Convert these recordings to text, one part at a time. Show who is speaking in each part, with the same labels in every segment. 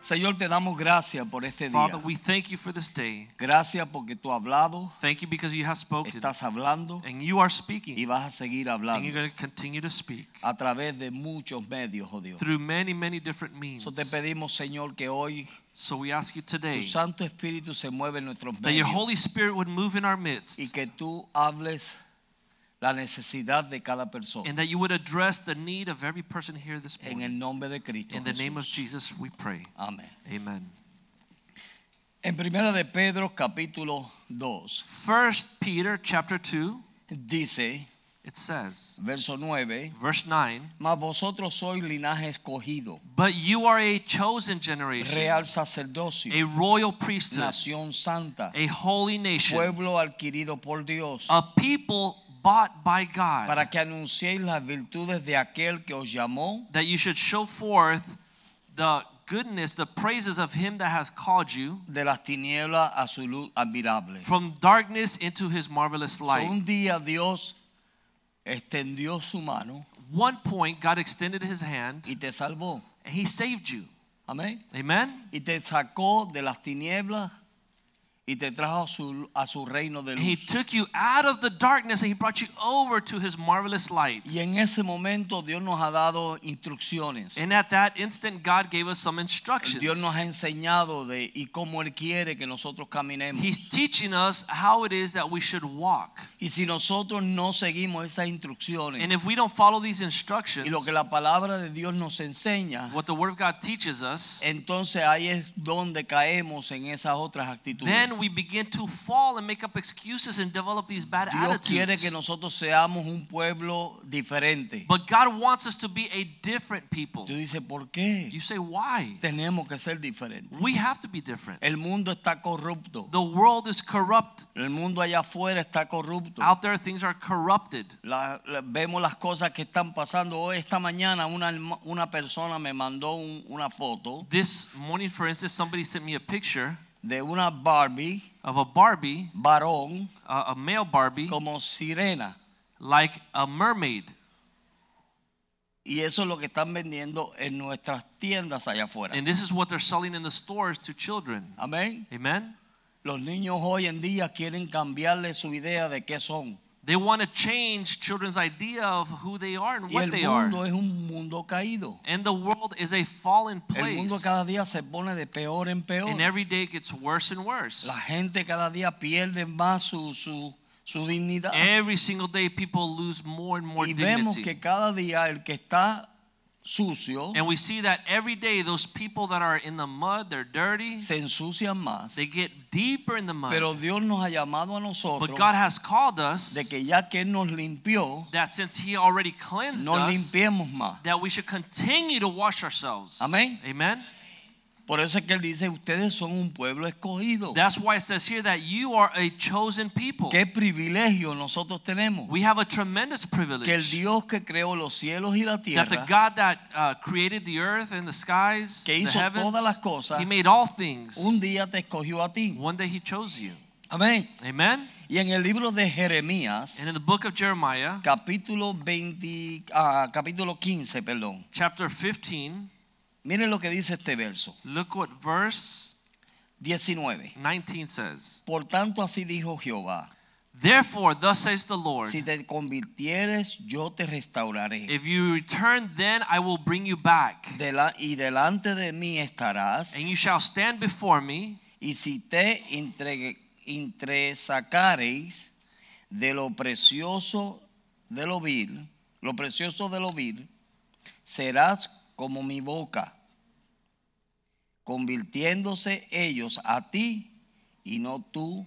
Speaker 1: Señor, te damos gracias por este
Speaker 2: Father,
Speaker 1: día.
Speaker 2: we thank you for this day.
Speaker 1: Gracias porque tú has hablado,
Speaker 2: Thank you because you have spoken.
Speaker 1: estás hablando
Speaker 2: And you are
Speaker 1: y
Speaker 2: speaking.
Speaker 1: vas a seguir
Speaker 2: And you're
Speaker 1: hablando
Speaker 2: going to continue to speak
Speaker 1: a través de muchos medios, oh Dios.
Speaker 2: through many, many different means.
Speaker 1: So te pedimos, Señor, que hoy
Speaker 2: So we ask you
Speaker 1: tu
Speaker 2: today
Speaker 1: Santo Espíritu se mueva en nuestros
Speaker 2: that your
Speaker 1: medios
Speaker 2: Holy Spirit would move in our
Speaker 1: y
Speaker 2: midst
Speaker 1: que tú hables la necesidad de cada persona.
Speaker 2: and that you would address the need of every person here this
Speaker 1: En
Speaker 2: morning.
Speaker 1: el nombre de Cristo.
Speaker 2: In the name of
Speaker 1: Jesús.
Speaker 2: Jesus, we pray.
Speaker 1: Amén.
Speaker 2: Amen.
Speaker 1: En primera de Pedro capítulo 2
Speaker 2: First Peter chapter 2,
Speaker 1: dice,
Speaker 2: it says,
Speaker 1: verso 9,
Speaker 2: verse 9,
Speaker 1: mas vosotros sois linaje escogido,
Speaker 2: but you are a chosen generation,
Speaker 1: real sacerdocio,
Speaker 2: a royal priesthood,
Speaker 1: nación santa,
Speaker 2: a holy nation.
Speaker 1: pueblo adquirido por Dios,
Speaker 2: a people bought by God,
Speaker 1: para que anunciéis las virtudes de aquel que os llamó
Speaker 2: that you should show forth the goodness, the praises of him that hath called you
Speaker 1: de las tinieblas a su luz admirable.
Speaker 2: from darkness into his marvelous light.
Speaker 1: Un día Dios extendió su mano
Speaker 2: One point, God extended his hand
Speaker 1: y te salvó.
Speaker 2: and he saved you.
Speaker 1: Amén.
Speaker 2: Amen?
Speaker 1: Y te sacó de las tinieblas y te trajo a su, a su reino de
Speaker 2: And he
Speaker 1: luz.
Speaker 2: took you out of the darkness and he brought you over to his marvelous light.
Speaker 1: Y en ese momento Dios nos ha dado instrucciones.
Speaker 2: And at that instant, God gave us some instructions.
Speaker 1: Dios nos ha enseñado de y cómo Él quiere que nosotros caminemos.
Speaker 2: He's teaching us how it is that we should walk.
Speaker 1: Y si nosotros no seguimos esas instrucciones
Speaker 2: And if we don't follow these
Speaker 1: y lo
Speaker 2: instructions,
Speaker 1: que la palabra de Dios nos enseña,
Speaker 2: what the Word of God teaches us,
Speaker 1: entonces ahí es donde caemos en esas otras actitudes.
Speaker 2: then we begin to fall and make up excuses and develop these bad
Speaker 1: Dios quiere que
Speaker 2: attitudes.
Speaker 1: nosotros seamos un pueblo diferente.
Speaker 2: But God wants us to be a different people.
Speaker 1: Tú dices, ¿por qué?
Speaker 2: You say, why?
Speaker 1: Tenemos que ser diferentes.
Speaker 2: We have to be different.
Speaker 1: El mundo está corrupto.
Speaker 2: The world is corrupt.
Speaker 1: El mundo allá afuera está corrupto.
Speaker 2: Out there, things are corrupted.
Speaker 1: La- la- vemos las cosas que están pasando. Hoy, esta mañana, una, alma- una persona me mandó un- una foto
Speaker 2: This morning, for instance, somebody sent me a picture
Speaker 1: de una Barbie,
Speaker 2: of a Barbie,
Speaker 1: varón,
Speaker 2: uh, a male Barbie,
Speaker 1: como sirena.
Speaker 2: like a mermaid.
Speaker 1: Y eso es lo que están vendiendo en nuestras tiendas allá afuera.
Speaker 2: And this is what they're selling in the stores to children.
Speaker 1: Amén.
Speaker 2: Amen?
Speaker 1: Los niños hoy en día quieren cambiarle su idea de qué son.
Speaker 2: They want to change children's idea of who they are and
Speaker 1: Y
Speaker 2: what
Speaker 1: el
Speaker 2: they are.
Speaker 1: mundo es un mundo caído.
Speaker 2: And the world is a fallen
Speaker 1: El mundo cada
Speaker 2: place.
Speaker 1: día se pone de peor en peor.
Speaker 2: And every day it gets worse and worse.
Speaker 1: La gente cada día pierde más su, su, su dignidad.
Speaker 2: Every single day people lose more and more
Speaker 1: y vemos que
Speaker 2: dignity.
Speaker 1: cada día el que está sucio
Speaker 2: And we see that every day those people that are in the mud, they're dirty,
Speaker 1: se ensucian más.
Speaker 2: they get deeper in the mud.
Speaker 1: Pero Dios nos ha llamado a
Speaker 2: But
Speaker 1: nosotros
Speaker 2: God has called
Speaker 1: de
Speaker 2: us
Speaker 1: que ya que Él nos limpió,
Speaker 2: that since he already cleansed
Speaker 1: nos
Speaker 2: us,
Speaker 1: limpiemos más.
Speaker 2: that we should continue to wash ourselves.
Speaker 1: Amén.
Speaker 2: Amen.
Speaker 1: Por eso es que Él dice, ustedes son un pueblo escogido.
Speaker 2: That's why it says here that you are a chosen people.
Speaker 1: Qué privilegio nosotros tenemos.
Speaker 2: We have a tremendous
Speaker 1: Que el
Speaker 2: privilege.
Speaker 1: Dios que creó los cielos y la
Speaker 2: that the
Speaker 1: tierra,
Speaker 2: God that uh, created the earth and the skies,
Speaker 1: Que
Speaker 2: the
Speaker 1: hizo
Speaker 2: heavens,
Speaker 1: todas las cosas,
Speaker 2: He made all things.
Speaker 1: un día te escogió a ti.
Speaker 2: One day He chose you.
Speaker 1: Amén.
Speaker 2: Amen.
Speaker 1: Y en el libro de Jeremías,
Speaker 2: And in the book of Jeremiah,
Speaker 1: capítulo 20, ah, capítulo 15, perdón.
Speaker 2: chapter 15,
Speaker 1: Miren lo que dice este verso,
Speaker 2: look what verse
Speaker 1: 19.
Speaker 2: 19 says.
Speaker 1: Por tanto, así dijo Jehová:
Speaker 2: Therefore, thus says the Lord.
Speaker 1: Si te convirtieres, yo te restauraré.
Speaker 2: If you return, then I will bring you back,
Speaker 1: Dela- y delante de mí estarás.
Speaker 2: and you shall stand before me.
Speaker 1: Y si te entre, entresacareis de lo precioso de lo vil, lo precioso de lo vil, serás como mi boca, convirtiéndose ellos a ti y no tú,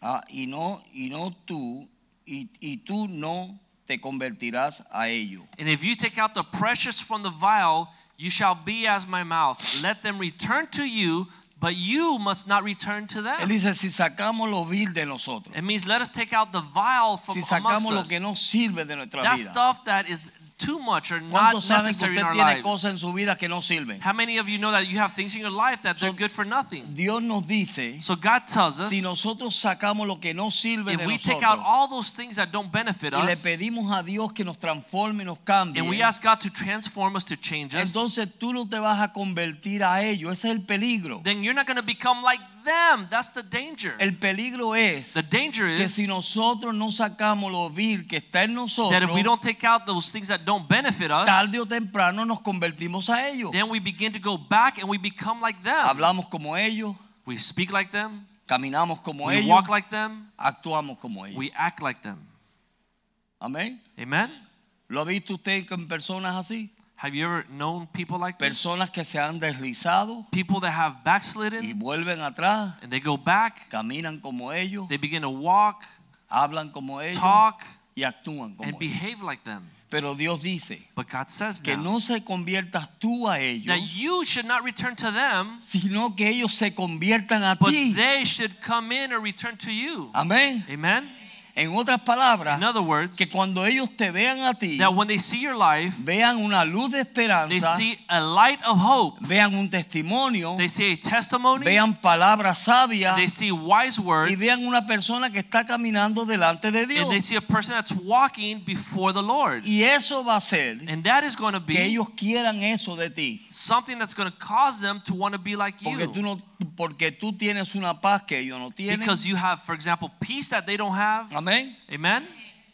Speaker 1: ah, y no, y no tú, y, y tú no te convertirás a ellos.
Speaker 2: And if you take out the precious from the vial, you shall be as my mouth. Let them return to you, but you must not return to
Speaker 1: Él
Speaker 2: them.
Speaker 1: dice, si sacamos lo vil de nosotros,
Speaker 2: It means let us take out the vile from
Speaker 1: si
Speaker 2: amongst
Speaker 1: sacamos lo
Speaker 2: us.
Speaker 1: que no sirve de nuestra
Speaker 2: that
Speaker 1: vida,
Speaker 2: stuff that is too much or not
Speaker 1: ¿cuántos saben que
Speaker 2: necessary in
Speaker 1: usted
Speaker 2: our
Speaker 1: tiene cosas en
Speaker 2: lives?
Speaker 1: su vida que no sirven?
Speaker 2: How many of you know that you have things in your life that they're good for nothing?
Speaker 1: Dios nos dice,
Speaker 2: So God tells us
Speaker 1: si nosotros sacamos lo que no sirve de
Speaker 2: if we take out
Speaker 1: nosotros
Speaker 2: all those things that don't benefit
Speaker 1: y le
Speaker 2: us
Speaker 1: pedimos a Dios que nos transforme y nos cambie,
Speaker 2: and we ask God to transform us, to change us,
Speaker 1: entonces tú no te vas a convertir a ellos. Ese es el peligro.
Speaker 2: then you're not going to become like them. That's the danger.
Speaker 1: El peligro es
Speaker 2: The danger
Speaker 1: que
Speaker 2: is
Speaker 1: si nosotros no sacamos lo vil que está en
Speaker 2: that if we
Speaker 1: nosotros,
Speaker 2: don't take out those things that don't benefit us,
Speaker 1: tarde o temprano nos convertimos a ellos.
Speaker 2: then we begin to go back and we become like them.
Speaker 1: Hablamos como ellos,
Speaker 2: We speak like them,
Speaker 1: caminamos como
Speaker 2: we
Speaker 1: ellos,
Speaker 2: walk like them,
Speaker 1: actuamos como ellos.
Speaker 2: we act like them.
Speaker 1: Amén.
Speaker 2: Amen?
Speaker 1: ¿Lo ha visto usted con personas así?
Speaker 2: Have you ever known people like this?
Speaker 1: Personas que se han deslizado
Speaker 2: People that have
Speaker 1: y
Speaker 2: backslidden
Speaker 1: vuelven atrás,
Speaker 2: and they go back,
Speaker 1: caminan como ellos,
Speaker 2: they begin to walk,
Speaker 1: hablan como ellos
Speaker 2: talk,
Speaker 1: y actúan como
Speaker 2: and
Speaker 1: ellos.
Speaker 2: behave like them.
Speaker 1: Pero Dios dice
Speaker 2: But God says
Speaker 1: que
Speaker 2: now
Speaker 1: no se conviertas tú a ellos,
Speaker 2: that you should not return to them,
Speaker 1: sino que ellos se conviertan a
Speaker 2: but
Speaker 1: ti.
Speaker 2: they should come in or return to you.
Speaker 1: Amén.
Speaker 2: Amen?
Speaker 1: En otras
Speaker 2: In
Speaker 1: palabras,
Speaker 2: other words,
Speaker 1: que cuando ellos te vean a ti,
Speaker 2: that when they see your life,
Speaker 1: vean una luz de
Speaker 2: they
Speaker 1: esperanza,
Speaker 2: see a light of hope,
Speaker 1: vean un testimonio,
Speaker 2: they see a testimony,
Speaker 1: vean palabras sabias
Speaker 2: they see wise
Speaker 1: y
Speaker 2: words,
Speaker 1: vean una persona que está caminando delante de
Speaker 2: and they
Speaker 1: Dios.
Speaker 2: see a person that's walking before the Lord.
Speaker 1: Y eso va a ser
Speaker 2: And that is going to
Speaker 1: que
Speaker 2: be
Speaker 1: ellos quieran eso de ti,
Speaker 2: something that's going to cause them to want to be like
Speaker 1: porque tú
Speaker 2: you.
Speaker 1: no porque tú tienes una paz que ellos no tienen.
Speaker 2: Because you have, for example, peace that they don't have.
Speaker 1: Amén.
Speaker 2: Amen?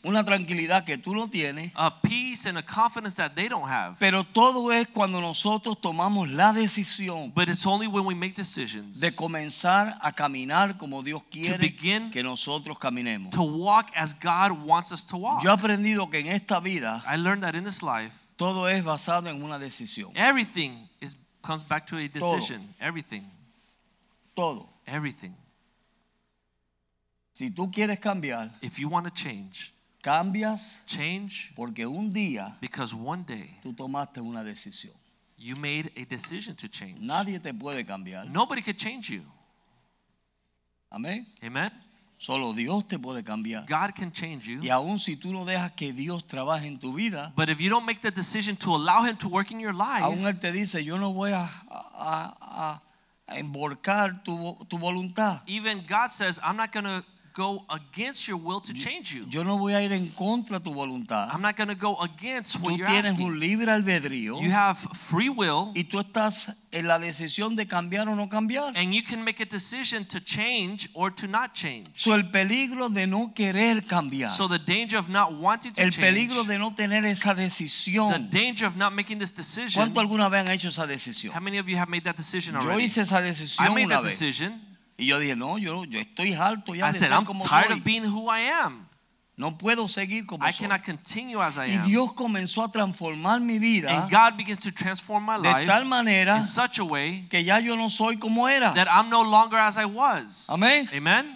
Speaker 1: Una tranquilidad que tú no tienes.
Speaker 2: A peace and a confidence that they don't have.
Speaker 1: Pero todo es cuando nosotros tomamos la decisión
Speaker 2: But it's only when we make decisions
Speaker 1: de comenzar a caminar como Dios quiere
Speaker 2: begin
Speaker 1: que nosotros caminemos.
Speaker 2: to walk as God wants us to walk.
Speaker 1: Yo he aprendido que en esta vida
Speaker 2: I learned that in this life,
Speaker 1: todo es basado en una decisión.
Speaker 2: everything is comes back to a decision. Everything.
Speaker 1: Todo.
Speaker 2: Everything.
Speaker 1: Si tú quieres cambiar,
Speaker 2: If you want to change,
Speaker 1: cambias
Speaker 2: change
Speaker 1: porque un día
Speaker 2: because one day
Speaker 1: tú tomaste una decisión.
Speaker 2: you made a decision to change.
Speaker 1: Nadie te puede cambiar.
Speaker 2: Nobody could change you.
Speaker 1: Amén.
Speaker 2: Amen?
Speaker 1: Solo Dios te puede cambiar.
Speaker 2: God can change
Speaker 1: Y
Speaker 2: you.
Speaker 1: aun si tú no dejas que Dios trabaje en tu vida,
Speaker 2: But if you don't make the decision to allow Him to work in your life,
Speaker 1: aún Él te dice, yo no voy a, a, a- a emborcar tu, vo- tu voluntad.
Speaker 2: even God says, I'm not going to go against your will to change you.
Speaker 1: Yo no voy a ir en contra de tu voluntad.
Speaker 2: I'm not going to go against
Speaker 1: Tú
Speaker 2: what Ah, pues you're
Speaker 1: tienes un
Speaker 2: asking.
Speaker 1: libre albedrío
Speaker 2: You have free will,
Speaker 1: y tú estás en la decisión de cambiar o no cambiar.
Speaker 2: and you can make a decision to change or to not change.
Speaker 1: So, el peligro de no querer cambiar,
Speaker 2: So the danger of not wanting to
Speaker 1: el
Speaker 2: change,
Speaker 1: peligro de no tener esa
Speaker 2: the
Speaker 1: decisión.
Speaker 2: danger of not making this decision.
Speaker 1: ¿Cuánto alguna vez han hecho esa decisión?
Speaker 2: How many of you have made that decision
Speaker 1: Yo
Speaker 2: already?
Speaker 1: hice esa
Speaker 2: I
Speaker 1: decisión
Speaker 2: made
Speaker 1: una
Speaker 2: that
Speaker 1: vez.
Speaker 2: decision.
Speaker 1: Y yo dije, no, yo, yo estoy harto ya
Speaker 2: I
Speaker 1: de
Speaker 2: said,
Speaker 1: ser
Speaker 2: I'm
Speaker 1: como
Speaker 2: tired
Speaker 1: soy.
Speaker 2: of being who I am.
Speaker 1: No puedo seguir como
Speaker 2: I
Speaker 1: soy.
Speaker 2: cannot continue as I
Speaker 1: Y
Speaker 2: am.
Speaker 1: Dios comenzó a transformar mi vida
Speaker 2: And God begins to transform my
Speaker 1: de tal
Speaker 2: life
Speaker 1: manera
Speaker 2: in such a way
Speaker 1: que ya yo no soy como era.
Speaker 2: that I'm no longer as I was.
Speaker 1: Ah. Amén.
Speaker 2: Amen.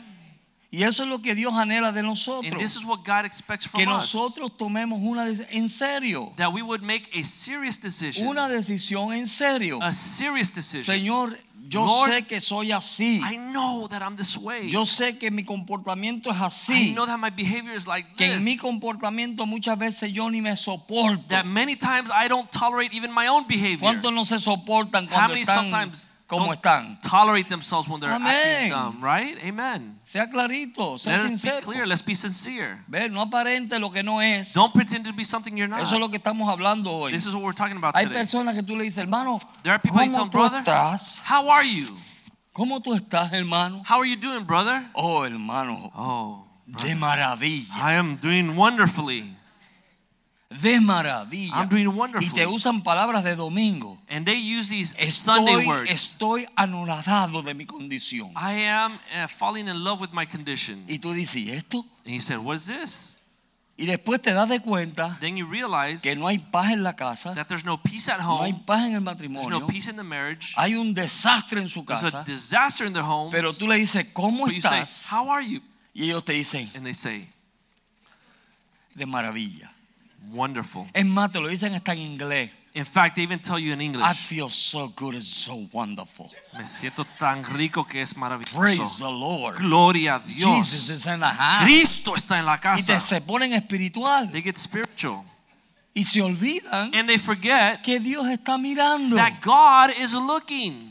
Speaker 1: Y eso es lo que Dios anhela de
Speaker 2: And this
Speaker 1: nosotros.
Speaker 2: is what God expects from
Speaker 1: Que
Speaker 2: us.
Speaker 1: nosotros tomemos una dec- en serio.
Speaker 2: That we would make a serious decision.
Speaker 1: Una decisión en serio.
Speaker 2: a serious decision.
Speaker 1: Señor, yo
Speaker 2: Lord,
Speaker 1: sé que soy así.
Speaker 2: I know that I'm this way.
Speaker 1: Yo sé que mi comportamiento es
Speaker 2: I
Speaker 1: así.
Speaker 2: know that my behavior is like
Speaker 1: Que en mi
Speaker 2: this.
Speaker 1: comportamiento muchas veces yo ni me soporto.
Speaker 2: That many times I don't tolerate even my own behavior.
Speaker 1: ¿Cuántos no se soportan
Speaker 2: How
Speaker 1: cuando
Speaker 2: many
Speaker 1: están
Speaker 2: sometimes
Speaker 1: como
Speaker 2: don't
Speaker 1: están?
Speaker 2: tolerate themselves when they're
Speaker 1: Amén.
Speaker 2: acting dumb, right? Amen.
Speaker 1: Sea clarito, sea
Speaker 2: Let us be
Speaker 1: sincero.
Speaker 2: clear. Let's be sincere.
Speaker 1: Ver, no aparente lo que no es.
Speaker 2: Don't pretend to be something you're not.
Speaker 1: Eso es lo que estamos hablando hoy.
Speaker 2: This is what we're talking about
Speaker 1: Hay
Speaker 2: today.
Speaker 1: personas que tú le dices, hermano,
Speaker 2: There are people you
Speaker 1: ¿cómo
Speaker 2: tell,
Speaker 1: tú
Speaker 2: brother,
Speaker 1: estás?
Speaker 2: how are you?
Speaker 1: ¿Cómo tú estás, hermano?
Speaker 2: How are you doing, brother?
Speaker 1: Oh, hermano,
Speaker 2: Oh,
Speaker 1: de maravilla,
Speaker 2: I am doing wonderfully.
Speaker 1: de maravilla.
Speaker 2: I'm doing
Speaker 1: Y te
Speaker 2: wonderfully.
Speaker 1: usan palabras de domingo.
Speaker 2: And they use these Sunday
Speaker 1: Estoy,
Speaker 2: words.
Speaker 1: estoy anonadado de mi condición.
Speaker 2: I am uh, falling in love with my condition.
Speaker 1: Y tú dices, ¿y esto?
Speaker 2: And he said, What is this?
Speaker 1: Y después te das de cuenta
Speaker 2: Then you realize
Speaker 1: que no hay paz en la casa,
Speaker 2: that there's no peace at
Speaker 1: no hay
Speaker 2: home,
Speaker 1: paz en el
Speaker 2: there's no
Speaker 1: matrimonio,
Speaker 2: peace in the marriage,
Speaker 1: hay un desastre en su
Speaker 2: there's a
Speaker 1: casa.
Speaker 2: disaster in their home.
Speaker 1: Pero tú le dices, ¿cómo
Speaker 2: But you say,
Speaker 1: estás?
Speaker 2: How are you?
Speaker 1: Y ellos te dicen,
Speaker 2: And they say,
Speaker 1: de maravilla.
Speaker 2: Wonderful.
Speaker 1: Es más, te lo dicen hasta en inglés.
Speaker 2: In fact, they even tell you in
Speaker 1: I
Speaker 2: English.
Speaker 1: feel so good and so wonderful.
Speaker 2: Me siento tan rico que es
Speaker 1: Praise
Speaker 2: maravilloso.
Speaker 1: the Lord.
Speaker 2: Gloria a
Speaker 1: Jesus
Speaker 2: Dios.
Speaker 1: is in the house.
Speaker 2: Cristo está en la
Speaker 1: Y te-
Speaker 2: casa.
Speaker 1: se ponen espiritual
Speaker 2: They get spiritual
Speaker 1: y se olvidan
Speaker 2: and they forget
Speaker 1: que Dios está mirando.
Speaker 2: that God is looking.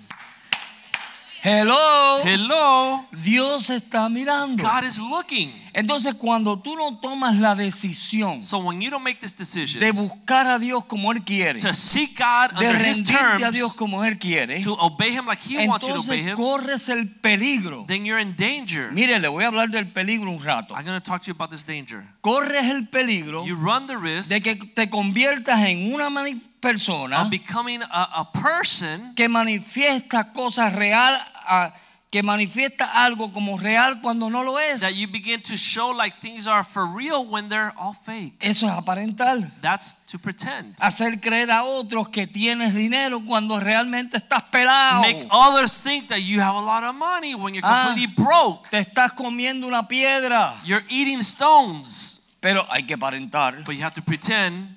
Speaker 1: Hello.
Speaker 2: Hello,
Speaker 1: Dios está mirando.
Speaker 2: God is looking.
Speaker 1: Entonces cuando tú no tomas la decisión
Speaker 2: So when you don't make this
Speaker 1: de
Speaker 2: decision
Speaker 1: buscar a Dios como Él quiere,
Speaker 2: to seek God
Speaker 1: de
Speaker 2: under His
Speaker 1: rendirte a Dios
Speaker 2: terms,
Speaker 1: como Él quiere,
Speaker 2: to obey Him like He wants you to obey
Speaker 1: entonces
Speaker 2: Him,
Speaker 1: corres el peligro.
Speaker 2: then you're in danger.
Speaker 1: Mire, le voy a hablar del peligro un rato.
Speaker 2: I'm going to talk to you about this danger.
Speaker 1: Corres el peligro
Speaker 2: You run the risk
Speaker 1: de que te conviertas en una mani- persona
Speaker 2: of becoming a, a person
Speaker 1: que manifiesta cosas real, a- que manifiesta algo como real cuando no lo es.
Speaker 2: that you begin to show like things are for real when they're all fake.
Speaker 1: Eso es aparentar.
Speaker 2: That's to pretend.
Speaker 1: Hacer creer a otros que tienes dinero cuando realmente estás pelado.
Speaker 2: Make others think that you have a lot of money when you're
Speaker 1: Ah.
Speaker 2: completely broke.
Speaker 1: Te estás comiendo una piedra.
Speaker 2: You're eating stones,
Speaker 1: Pero hay que aparentar.
Speaker 2: but you have to pretend.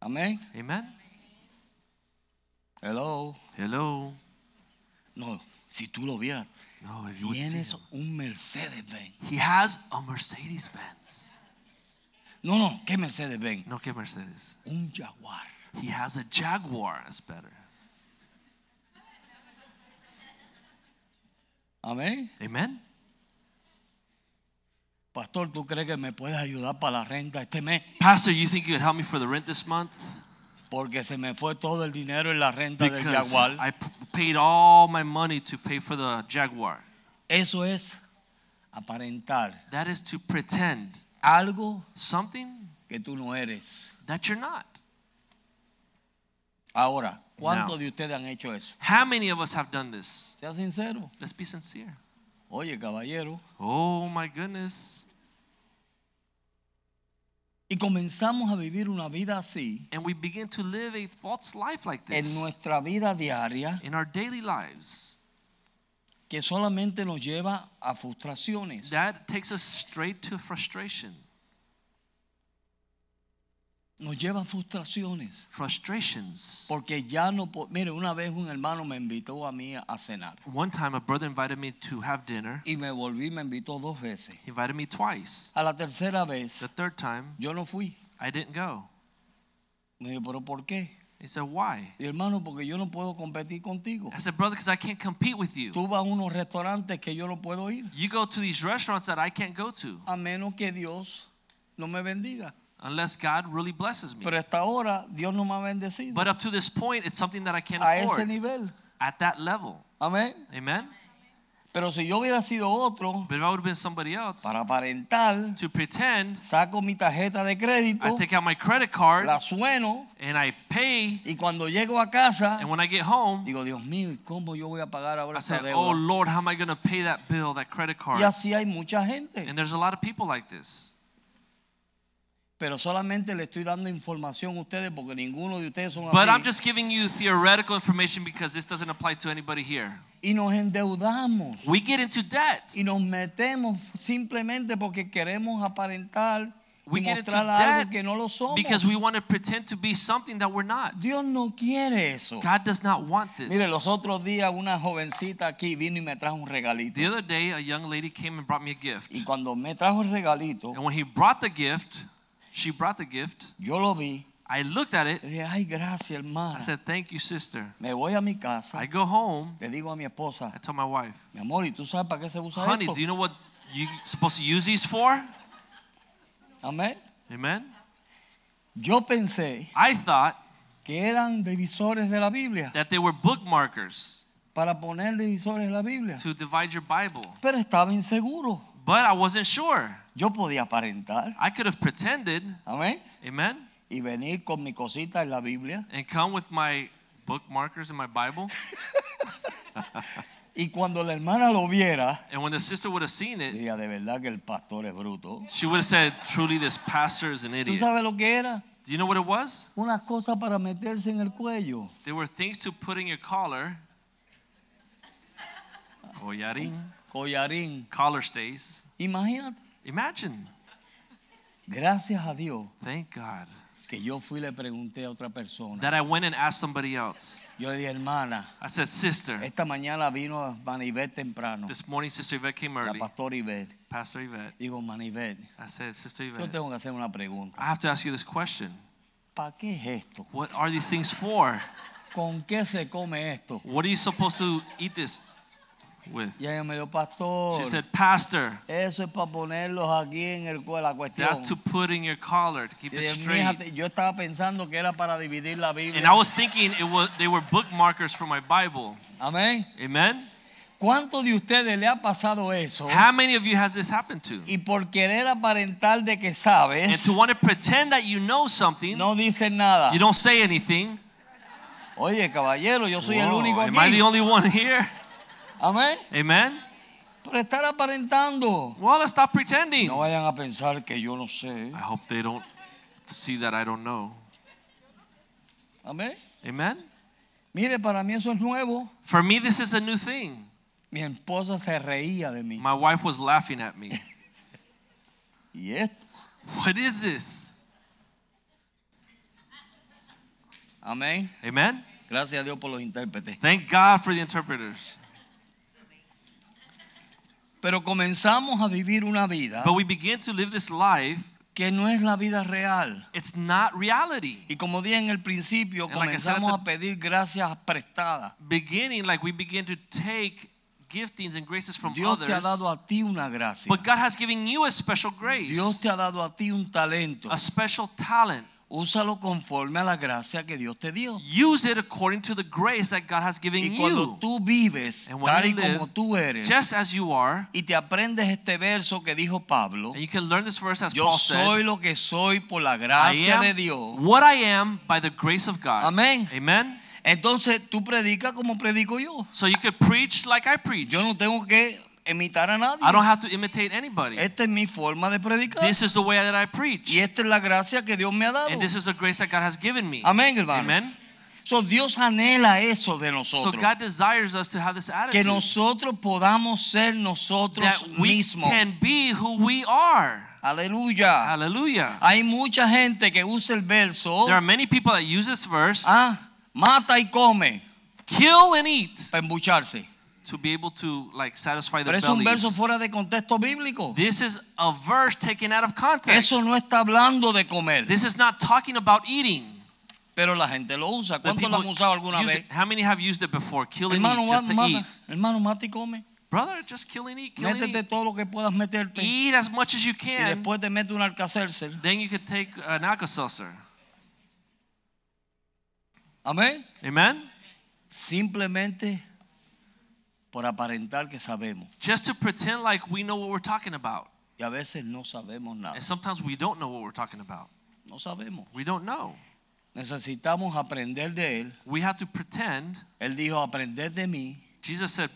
Speaker 1: Amén.
Speaker 2: Amen.
Speaker 1: Hello.
Speaker 2: Hello.
Speaker 1: No, si tú lo vieras,
Speaker 2: No, if you would see
Speaker 1: tienes
Speaker 2: him.
Speaker 1: un Mercedes Benz.
Speaker 2: He has a Mercedes Benz.
Speaker 1: No, no, ¿qué Mercedes Benz?
Speaker 2: No, que Mercedes.
Speaker 1: Un Jaguar.
Speaker 2: He has a Jaguar. That's better.
Speaker 1: Amén.
Speaker 2: Amen.
Speaker 1: Pastor, ¿tú crees que me puedes ayudar para la renta este mes?
Speaker 2: Pastor, you think you could help me for the rent this month?
Speaker 1: Porque se me fue todo el dinero en la renta del
Speaker 2: Because
Speaker 1: Jaguar.
Speaker 2: I p- paid all my money to pay for the Jaguar.
Speaker 1: Eso es aparentar
Speaker 2: That is to pretend
Speaker 1: algo
Speaker 2: something
Speaker 1: que tú no eres.
Speaker 2: that you're not.
Speaker 1: Ahora, ¿cuántos
Speaker 2: No.
Speaker 1: de ustedes han hecho eso?
Speaker 2: How many of us have done this?
Speaker 1: Sea sincero.
Speaker 2: Let's be sincere.
Speaker 1: Oye, caballero.
Speaker 2: Oh my goodness.
Speaker 1: Y comenzamos a vivir una vida así
Speaker 2: And we begin to live a false life like
Speaker 1: en
Speaker 2: this
Speaker 1: nuestra vida diaria
Speaker 2: in our daily lives.
Speaker 1: que solamente nos lleva a frustraciones.
Speaker 2: That takes us straight to frustration.
Speaker 1: Nos lleva a frustraciones.
Speaker 2: Frustrations.
Speaker 1: Porque ya no... po- Mire, una vez un hermano me invitó a mí a cenar.
Speaker 2: One time, a brother invited me to have dinner.
Speaker 1: Y me volví, me invitó dos veces.
Speaker 2: He invited me twice.
Speaker 1: A la tercera vez,
Speaker 2: The third time,
Speaker 1: yo no fui.
Speaker 2: I didn't go.
Speaker 1: Me dijo, ¿pero por qué?
Speaker 2: He said, Why?
Speaker 1: Y hermano, porque yo no puedo competir contigo.
Speaker 2: I said, Brother, because I can't compete with you.
Speaker 1: Tú vas a unos restaurantes que yo no puedo ir.
Speaker 2: You go to these restaurants that I can't go to
Speaker 1: A menos que Dios no me bendiga.
Speaker 2: unless God really blesses me.
Speaker 1: Pero hasta ahora, Dios no me ha bendecido.
Speaker 2: But up to this point, it's something that I can't
Speaker 1: A ese
Speaker 2: afford
Speaker 1: nivel.
Speaker 2: at that level.
Speaker 1: Amén.
Speaker 2: Amen?
Speaker 1: Pero si yo hubiera sido otro,
Speaker 2: But if I would have been somebody else,
Speaker 1: para aparentar,
Speaker 2: to pretend,
Speaker 1: saco mi tarjeta de crédito,
Speaker 2: I take out my credit card
Speaker 1: la sueno
Speaker 2: and I pay.
Speaker 1: y cuando llego a casa,
Speaker 2: And when I get home,
Speaker 1: digo, Dios mío, ¿y cómo yo voy a pagar ahora
Speaker 2: I
Speaker 1: esa
Speaker 2: said, Oh
Speaker 1: deuda?
Speaker 2: Lord, how am I going to pay that bill, that credit
Speaker 1: Y
Speaker 2: card?
Speaker 1: así hay mucha gente.
Speaker 2: And there's a lot of people like this.
Speaker 1: Pero solamente le estoy dando información a ustedes porque ninguno de ustedes son
Speaker 2: But I'm
Speaker 1: así.
Speaker 2: just giving you theoretical information because this doesn't apply to anybody here.
Speaker 1: Y nos endeudamos.
Speaker 2: We get into debt.
Speaker 1: y nos metemos simplemente porque queremos aparentar y
Speaker 2: We get into
Speaker 1: mostrar algo
Speaker 2: debt
Speaker 1: que no lo somos.
Speaker 2: because we want to pretend to be something that we're not.
Speaker 1: Dios no quiere eso.
Speaker 2: God does not want this.
Speaker 1: Mire, los otros días una jovencita aquí vino y me trajo un regalito.
Speaker 2: The other day, a young lady came and brought me a gift.
Speaker 1: Y cuando me trajo el regalito,
Speaker 2: And when he brought the gift, she brought the gift.
Speaker 1: yo lo vi.
Speaker 2: I looked at it.
Speaker 1: Le dije, ay, gracias, hermana.
Speaker 2: I said, Thank you, sister.
Speaker 1: Me voy a mi casa.
Speaker 2: I go home.
Speaker 1: Le digo a mi
Speaker 2: I
Speaker 1: esposa,
Speaker 2: tell my wife,
Speaker 1: mi amor, ¿y tú sabes para qué se usa
Speaker 2: Honey,
Speaker 1: esto?
Speaker 2: do you know what you're supposed to use these for?
Speaker 1: Amén.
Speaker 2: Amen.
Speaker 1: Yo pensé
Speaker 2: I thought
Speaker 1: que eran divisores de la Biblia,
Speaker 2: that they were bookmarkers
Speaker 1: para poner divisores de la Biblia.
Speaker 2: to divide your Bible,
Speaker 1: Pero estaba inseguro.
Speaker 2: but I wasn't sure.
Speaker 1: Yo podía aparentar.
Speaker 2: I could have pretended,
Speaker 1: Amén.
Speaker 2: amen,
Speaker 1: y venir con mi cosita en la Biblia.
Speaker 2: and come with my bookmarkers in my Bible.
Speaker 1: Y cuando la hermana lo viera,
Speaker 2: And when the sister would have seen it,
Speaker 1: diría, de verdad que el pastor es bruto.
Speaker 2: she would have said, Truly, this pastor is an
Speaker 1: ¿Tú
Speaker 2: idiot.
Speaker 1: sabes lo que era?
Speaker 2: Do you know what it was?
Speaker 1: Unas cosas para meterse en el cuello.
Speaker 2: There were things to put in your collar. Collaring,
Speaker 1: Collarín.
Speaker 2: collar stays.
Speaker 1: Imagínate.
Speaker 2: Imagine.
Speaker 1: Gracias a Dios
Speaker 2: Thank God
Speaker 1: que yo fui y le pregunté a otra persona.
Speaker 2: that I went and asked somebody else.
Speaker 1: Yo le dije, hermana,
Speaker 2: I said, Sister,
Speaker 1: esta mañana vino Manivet temprano,
Speaker 2: this morning Sister Yvette came
Speaker 1: la
Speaker 2: early,
Speaker 1: pastora Ivette.
Speaker 2: Pastor Yvette.
Speaker 1: Digo, Manivet,
Speaker 2: I said, Sister
Speaker 1: yo
Speaker 2: Yvette,
Speaker 1: tengo que hacer una pregunta.
Speaker 2: I have to ask you this question.
Speaker 1: ¿Para qué es esto?
Speaker 2: What are these things for?
Speaker 1: ¿Con qué se come esto?
Speaker 2: What are you supposed to eat this with?
Speaker 1: Y ella me dijo, pastor,
Speaker 2: She said, Pastor,
Speaker 1: eso es para ponerlos aquí en el, cu- la cuestión.
Speaker 2: that's to put in your collar to keep
Speaker 1: Y
Speaker 2: it
Speaker 1: dije,
Speaker 2: straight.
Speaker 1: "Mija, te- yo estaba pensando que era para dividir la
Speaker 2: And I
Speaker 1: Biblia.
Speaker 2: was thinking it was they were bookmarkers for my Bible.
Speaker 1: Amén.
Speaker 2: Amen.
Speaker 1: ¿Cuántos de ustedes le ha pasado eso?
Speaker 2: How many of you has this happened to?
Speaker 1: Y por querer aparentar de que
Speaker 2: And
Speaker 1: sabes,
Speaker 2: to want to pretend that you know something,
Speaker 1: no dicen nada.
Speaker 2: you don't say anything.
Speaker 1: Oye, caballero, yo soy el
Speaker 2: Whoa,
Speaker 1: único
Speaker 2: am I the
Speaker 1: aquí.
Speaker 2: only one here?
Speaker 1: Amén.
Speaker 2: Amen.
Speaker 1: Por estar aparentando.
Speaker 2: Well, let's stop pretending.
Speaker 1: No vayan a pensar que yo no sé.
Speaker 2: I hope they don't see that I don't know.
Speaker 1: Amén.
Speaker 2: Amen.
Speaker 1: Mire, para mí eso es nuevo.
Speaker 2: For me, this is a new thing.
Speaker 1: Mi esposa se reía de mí.
Speaker 2: My wife was laughing at me.
Speaker 1: Y esto.
Speaker 2: What is this?
Speaker 1: Amén.
Speaker 2: Amen.
Speaker 1: Gracias a Dios por los intérpretes.
Speaker 2: Thank God for the interpreters.
Speaker 1: Pero comenzamos a vivir una vida
Speaker 2: But we begin to live this life,
Speaker 1: que no es la vida real.
Speaker 2: it's not reality.
Speaker 1: Y como dije en el principio,
Speaker 2: And like I said at
Speaker 1: comenzamos a pedir gracias prestadas.
Speaker 2: Beginning, like we begin to take giftings and graces from
Speaker 1: Dios te ha
Speaker 2: others.
Speaker 1: dado a ti una gracia.
Speaker 2: But God has given you a special grace,
Speaker 1: Dios te ha dado a ti un talento.
Speaker 2: a special talent.
Speaker 1: Úsalo conforme a la gracia que Dios te dio.
Speaker 2: Use it according to the grace that God has given
Speaker 1: Y
Speaker 2: you.
Speaker 1: cuando tú vives
Speaker 2: And when
Speaker 1: tal
Speaker 2: you
Speaker 1: y como
Speaker 2: live,
Speaker 1: tú eres
Speaker 2: Just as you are,
Speaker 1: y te aprendes este verso que dijo Pablo,
Speaker 2: and you can learn this verse as
Speaker 1: yo
Speaker 2: Paul
Speaker 1: soy
Speaker 2: said,
Speaker 1: lo que soy por la
Speaker 2: I
Speaker 1: gracia de Dios.
Speaker 2: am what I am by the grace of God.
Speaker 1: Amén.
Speaker 2: Amen.
Speaker 1: Entonces tú predicas como predico yo.
Speaker 2: So you could preach like I preach.
Speaker 1: Yo no tengo que imitar a nadie.
Speaker 2: I don't have to imitate anybody.
Speaker 1: Esta es mi forma de predicar.
Speaker 2: This is the way that I
Speaker 1: Y
Speaker 2: preach.
Speaker 1: esta es la gracia que Dios me ha dado.
Speaker 2: And this is the grace that God has given me.
Speaker 1: Amén, hermano.
Speaker 2: Amen.
Speaker 1: So, Dios anhela eso de
Speaker 2: So
Speaker 1: nosotros.
Speaker 2: God desires us to have this
Speaker 1: que
Speaker 2: attitude
Speaker 1: nosotros podamos ser
Speaker 2: that
Speaker 1: nosotros
Speaker 2: we
Speaker 1: mismos.
Speaker 2: can be who we are.
Speaker 1: Aleluya.
Speaker 2: Hallelujah.
Speaker 1: Hay mucha gente que usa el verso,
Speaker 2: There are many people that use this verse,
Speaker 1: ah, mata y come
Speaker 2: kill and eat,
Speaker 1: para embucharse.
Speaker 2: to be able to like satisfy
Speaker 1: Pero
Speaker 2: their
Speaker 1: es un verso
Speaker 2: bellies.
Speaker 1: fuera de contexto bíblico.
Speaker 2: This is a verse taken out of context.
Speaker 1: Eso no está hablando de comer,
Speaker 2: This is not talking about eating.
Speaker 1: pero la gente lo usa.
Speaker 2: The
Speaker 1: ¿Cuántos lo han
Speaker 2: people
Speaker 1: usado alguna
Speaker 2: use
Speaker 1: vez?
Speaker 2: it. How many have used it before? Kill and
Speaker 1: Hermano,
Speaker 2: eat,
Speaker 1: ma-
Speaker 2: just to eat.
Speaker 1: mata, hermano, mata y come.
Speaker 2: Brother, just kill and eat, kill and
Speaker 1: Métete
Speaker 2: eat.
Speaker 1: todo lo que puedas meterte. Y
Speaker 2: Eat as much as you can.
Speaker 1: después te mete un alcacelser.
Speaker 2: Then you could take an Alka-Seltzer.
Speaker 1: Amén.
Speaker 2: Amen?
Speaker 1: Simplemente por aparentar que sabemos.
Speaker 2: Just to pretend like we know what we're talking about.
Speaker 1: Y a veces no sabemos nada.
Speaker 2: And sometimes we don't know what we're talking about.
Speaker 1: No sabemos.
Speaker 2: We don't know.
Speaker 1: Necesitamos aprender de él.
Speaker 2: We have to pretend.
Speaker 1: Él dijo, aprended de mí,
Speaker 2: Jesus said,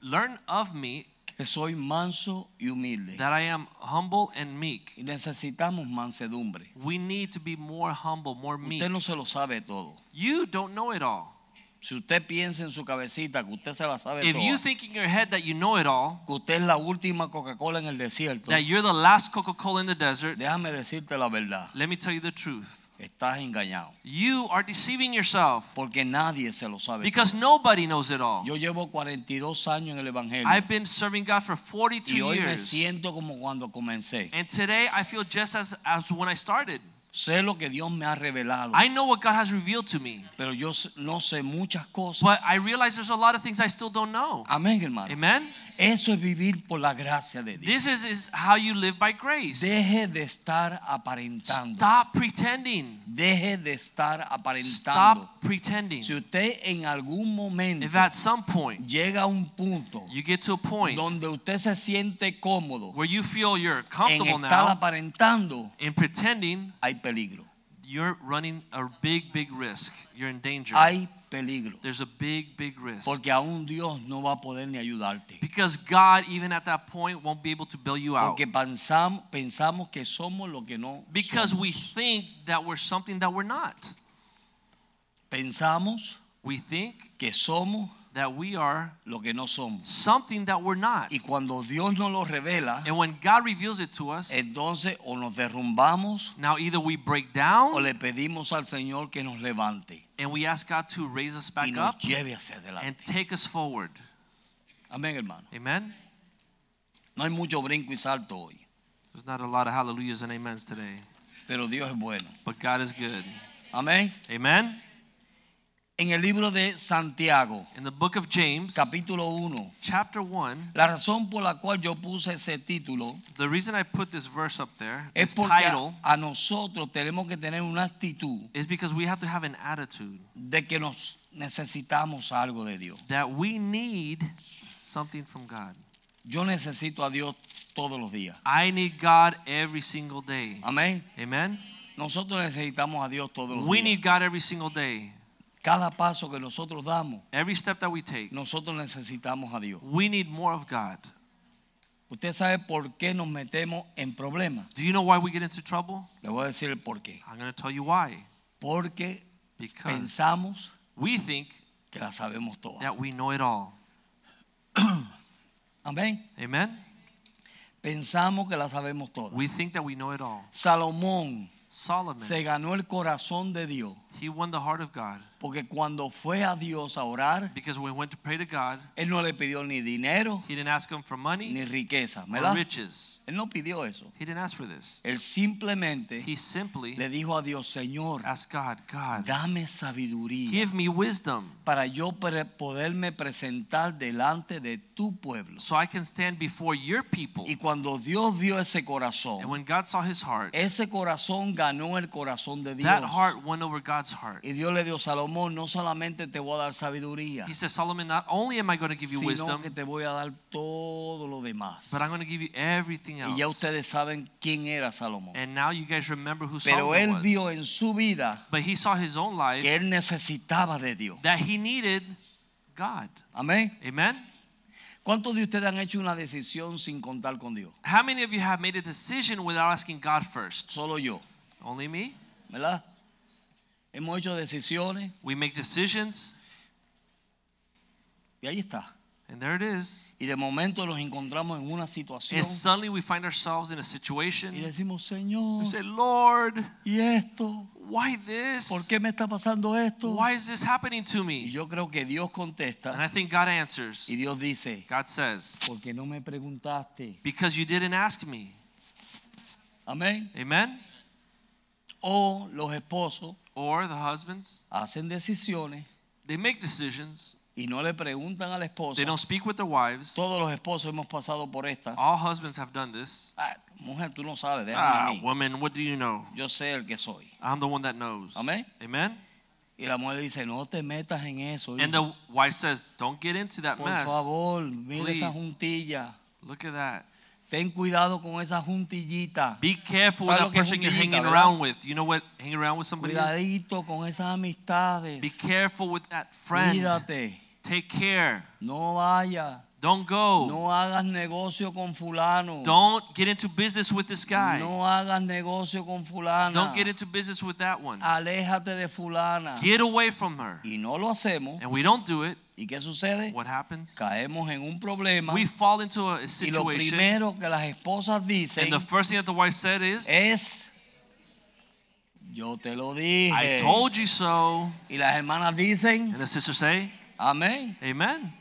Speaker 2: Learn of me
Speaker 1: que soy manso y humilde.
Speaker 2: that I am humble and meek.
Speaker 1: Y necesitamos mansedumbre.
Speaker 2: We need to be more humble, more meek.
Speaker 1: Usted no se lo sabe todo.
Speaker 2: You don't know it all.
Speaker 1: Si usted piensa en su cabecita que usted se la sabe
Speaker 2: If
Speaker 1: toda,
Speaker 2: you think in your head that you know it all,
Speaker 1: que usted es la última Coca-Cola en el desierto,
Speaker 2: that you're the last Coca Cola in the desert,
Speaker 1: déjame decirte la verdad,
Speaker 2: let me tell you the truth.
Speaker 1: estás engañado.
Speaker 2: You are deceiving yourself
Speaker 1: Porque nadie se lo sabe
Speaker 2: because
Speaker 1: todo.
Speaker 2: nobody knows it all.
Speaker 1: Yo llevo 42 años en el Evangelio
Speaker 2: I've been serving God for
Speaker 1: y
Speaker 2: 42
Speaker 1: hoy me
Speaker 2: years.
Speaker 1: siento como cuando comencé.
Speaker 2: And today I feel just as, as when I started.
Speaker 1: Sé lo que Dios me ha revelado,
Speaker 2: I know what God has revealed to me,
Speaker 1: pero yo s- no sé muchas cosas.
Speaker 2: but I realize there's a lot of things I still don't know.
Speaker 1: Amén, hermano.
Speaker 2: Amen?
Speaker 1: Eso es vivir por la gracia de Dios.
Speaker 2: This is, is how you live by grace.
Speaker 1: Deje de estar aparentando.
Speaker 2: Stop pretending.
Speaker 1: Deje de estar aparentando.
Speaker 2: Stop pretending.
Speaker 1: Si usted en algún momento
Speaker 2: If at some point
Speaker 1: llega a un punto
Speaker 2: you get to a point
Speaker 1: donde usted se siente cómodo
Speaker 2: where you feel you're
Speaker 1: en
Speaker 2: comfortable
Speaker 1: estar
Speaker 2: now
Speaker 1: aparentando,
Speaker 2: in pretending,
Speaker 1: hay peligro.
Speaker 2: you're running a big, big risk. You're in danger.
Speaker 1: Hay peligro.
Speaker 2: There's a big, big risk.
Speaker 1: Porque aún Dios no va a poder ni ayudarte.
Speaker 2: Because God, even at that point, won't be able to bail you out.
Speaker 1: Porque pensam- pensamos que somos lo que no
Speaker 2: Because
Speaker 1: somos.
Speaker 2: we think that we're something that we're not.
Speaker 1: Pensamos
Speaker 2: We think
Speaker 1: que somos
Speaker 2: that we are
Speaker 1: lo que no somos.
Speaker 2: something that we're not.
Speaker 1: Y cuando Dios nos lo revela,
Speaker 2: And when God reveals it to us,
Speaker 1: entonces o nos derrumbamos
Speaker 2: now either we break
Speaker 1: o
Speaker 2: down
Speaker 1: le pedimos al Señor que nos levante
Speaker 2: and we ask God to raise us
Speaker 1: y
Speaker 2: back
Speaker 1: nos
Speaker 2: up
Speaker 1: lleve hacia
Speaker 2: and
Speaker 1: adelante.
Speaker 2: take us forward.
Speaker 1: Amén, hermano.
Speaker 2: Amen.
Speaker 1: No hay mucho brinco y salto hoy,
Speaker 2: There's not a lot of hallelujahs and amens today,
Speaker 1: pero Dios es bueno.
Speaker 2: but God is good.
Speaker 1: Amén.
Speaker 2: Amen.
Speaker 1: En el libro de Santiago,
Speaker 2: In the book of James,
Speaker 1: capítulo 1,
Speaker 2: chapter 1,
Speaker 1: la razón por la cual yo puse ese título
Speaker 2: the reason I put this verse up there,
Speaker 1: es
Speaker 2: this
Speaker 1: porque
Speaker 2: title,
Speaker 1: a nosotros tenemos que tener una actitud
Speaker 2: is because we have to have an attitude
Speaker 1: de que nos necesitamos algo de Dios.
Speaker 2: that we need something from God.
Speaker 1: Yo necesito a Dios todos los días.
Speaker 2: I need God every single day.
Speaker 1: Amén.
Speaker 2: Amen.
Speaker 1: Nosotros necesitamos a Dios todos los
Speaker 2: We
Speaker 1: días.
Speaker 2: need God every single day.
Speaker 1: Cada paso que nosotros damos,
Speaker 2: Every step that we take,
Speaker 1: nosotros necesitamos a Dios.
Speaker 2: we need more of God.
Speaker 1: Usted sabe por qué nos metemos en problemas.
Speaker 2: Do you know why we get into trouble?
Speaker 1: Le voy a decir el por qué.
Speaker 2: I'm going to tell you why.
Speaker 1: Porque
Speaker 2: Because
Speaker 1: pensamos
Speaker 2: we think
Speaker 1: que la sabemos todas.
Speaker 2: that we know it all.
Speaker 1: Amén.
Speaker 2: Amen.
Speaker 1: Pensamos que la sabemos todas.
Speaker 2: We think that we know it all.
Speaker 1: Salomón
Speaker 2: Solomon,
Speaker 1: se ganó el corazón de Dios.
Speaker 2: he won the heart of God
Speaker 1: Porque cuando fue a Dios a orar,
Speaker 2: because when he went to pray to God,
Speaker 1: él no le pidió ni dinero
Speaker 2: he didn't ask him for money
Speaker 1: ni riqueza.
Speaker 2: or
Speaker 1: ¿verdad?
Speaker 2: riches.
Speaker 1: Él no pidió eso.
Speaker 2: He didn't ask for this.
Speaker 1: Él simplemente
Speaker 2: He simply
Speaker 1: le dijo a Dios, Señor,
Speaker 2: asked God, God,
Speaker 1: dame sabiduría
Speaker 2: give me wisdom
Speaker 1: para yo pre- poderme presentar delante de tu pueblo.
Speaker 2: so I can stand before your people.
Speaker 1: Y cuando Dios vio ese
Speaker 2: And
Speaker 1: corazón,
Speaker 2: when God saw his heart,
Speaker 1: ese corazón ganó el corazón de Dios.
Speaker 2: that heart won over God's heart.
Speaker 1: Y Dios le dio Salomón, no solamente te voy a dar sabiduría,
Speaker 2: He says, Solomon, not only am I going to give you
Speaker 1: sino
Speaker 2: wisdom,
Speaker 1: que te voy a dar todo lo demás.
Speaker 2: but I'm going to give you everything
Speaker 1: Y ya
Speaker 2: else.
Speaker 1: ustedes saben quién era Salomón.
Speaker 2: And now you guys remember who
Speaker 1: Pero
Speaker 2: Solomon
Speaker 1: él vio
Speaker 2: was.
Speaker 1: en su vida
Speaker 2: But he saw his own life
Speaker 1: que él necesitaba de Dios.
Speaker 2: that he needed God.
Speaker 1: Amén.
Speaker 2: Amen?
Speaker 1: ¿Cuántos de ustedes han hecho una decisión sin contar con Dios?
Speaker 2: How many of you have made a decision without asking God first?
Speaker 1: Solo yo.
Speaker 2: Only me?
Speaker 1: ¿verdad? Hemos hecho decisiones
Speaker 2: We make decisions,
Speaker 1: y ahí está.
Speaker 2: and there it is.
Speaker 1: Y de momento nos encontramos en una situación
Speaker 2: And suddenly we find ourselves in a situation.
Speaker 1: y decimos, Señor,
Speaker 2: We say, Lord,
Speaker 1: ¿y esto?
Speaker 2: why this?
Speaker 1: ¿Por qué me está pasando esto?
Speaker 2: Why is this happening to
Speaker 1: Y
Speaker 2: me?
Speaker 1: yo creo que Dios
Speaker 2: And
Speaker 1: contesta
Speaker 2: I think God answers.
Speaker 1: y Dios dice,
Speaker 2: God says,
Speaker 1: porque no me preguntaste.
Speaker 2: because you didn't ask me.
Speaker 1: Amén.
Speaker 2: Amen?
Speaker 1: O los esposos
Speaker 2: Or the husbands,
Speaker 1: hacen decisiones
Speaker 2: they make decisions.
Speaker 1: y no le preguntan al esposo.
Speaker 2: They don't speak with their wives.
Speaker 1: Todos los esposos hemos pasado por esta.
Speaker 2: All husbands have done this.
Speaker 1: Ah, mujer, tú no sabes, déjame a
Speaker 2: Ah,
Speaker 1: mí.
Speaker 2: woman, what do you know?
Speaker 1: Yo sé el que soy.
Speaker 2: I'm the one that knows.
Speaker 1: Amén.
Speaker 2: Amen.
Speaker 1: Y la mujer dice, no te metas en eso.
Speaker 2: And
Speaker 1: hijo.
Speaker 2: the wife says, don't get into that
Speaker 1: Por
Speaker 2: mess.
Speaker 1: favor, mira esa
Speaker 2: Please.
Speaker 1: juntilla.
Speaker 2: Look at that.
Speaker 1: Ten cuidado con esa juntillita.
Speaker 2: Be careful with
Speaker 1: ¿Sabes lo
Speaker 2: that
Speaker 1: que es
Speaker 2: person you're
Speaker 1: juntillita,
Speaker 2: hanging
Speaker 1: verdad?
Speaker 2: around with. You know what hanging around with somebody is?
Speaker 1: Cuidadito con esas amistades.
Speaker 2: Be careful with that friend.
Speaker 1: Cuídate.
Speaker 2: Take care.
Speaker 1: No vaya.
Speaker 2: Don't go.
Speaker 1: No hagas negocio con fulano.
Speaker 2: Oh. Don't get into business with this guy.
Speaker 1: No hagas negocio con fulana.
Speaker 2: Don't get into business with that one.
Speaker 1: Aléjate de fulana.
Speaker 2: Get away from her.
Speaker 1: Y no lo hacemos.
Speaker 2: And we don't do it.
Speaker 1: ¿Y qué sucede?
Speaker 2: What happens?
Speaker 1: Caemos en un problema.
Speaker 2: We fall into a
Speaker 1: Y lo
Speaker 2: situation.
Speaker 1: primero que las esposas dicen
Speaker 2: And the first thing that the wife said is,
Speaker 1: es, yo te lo dije.
Speaker 2: I told you so.
Speaker 1: Y las hermanas dicen,
Speaker 2: And the sister say,
Speaker 1: amén.
Speaker 2: Amen.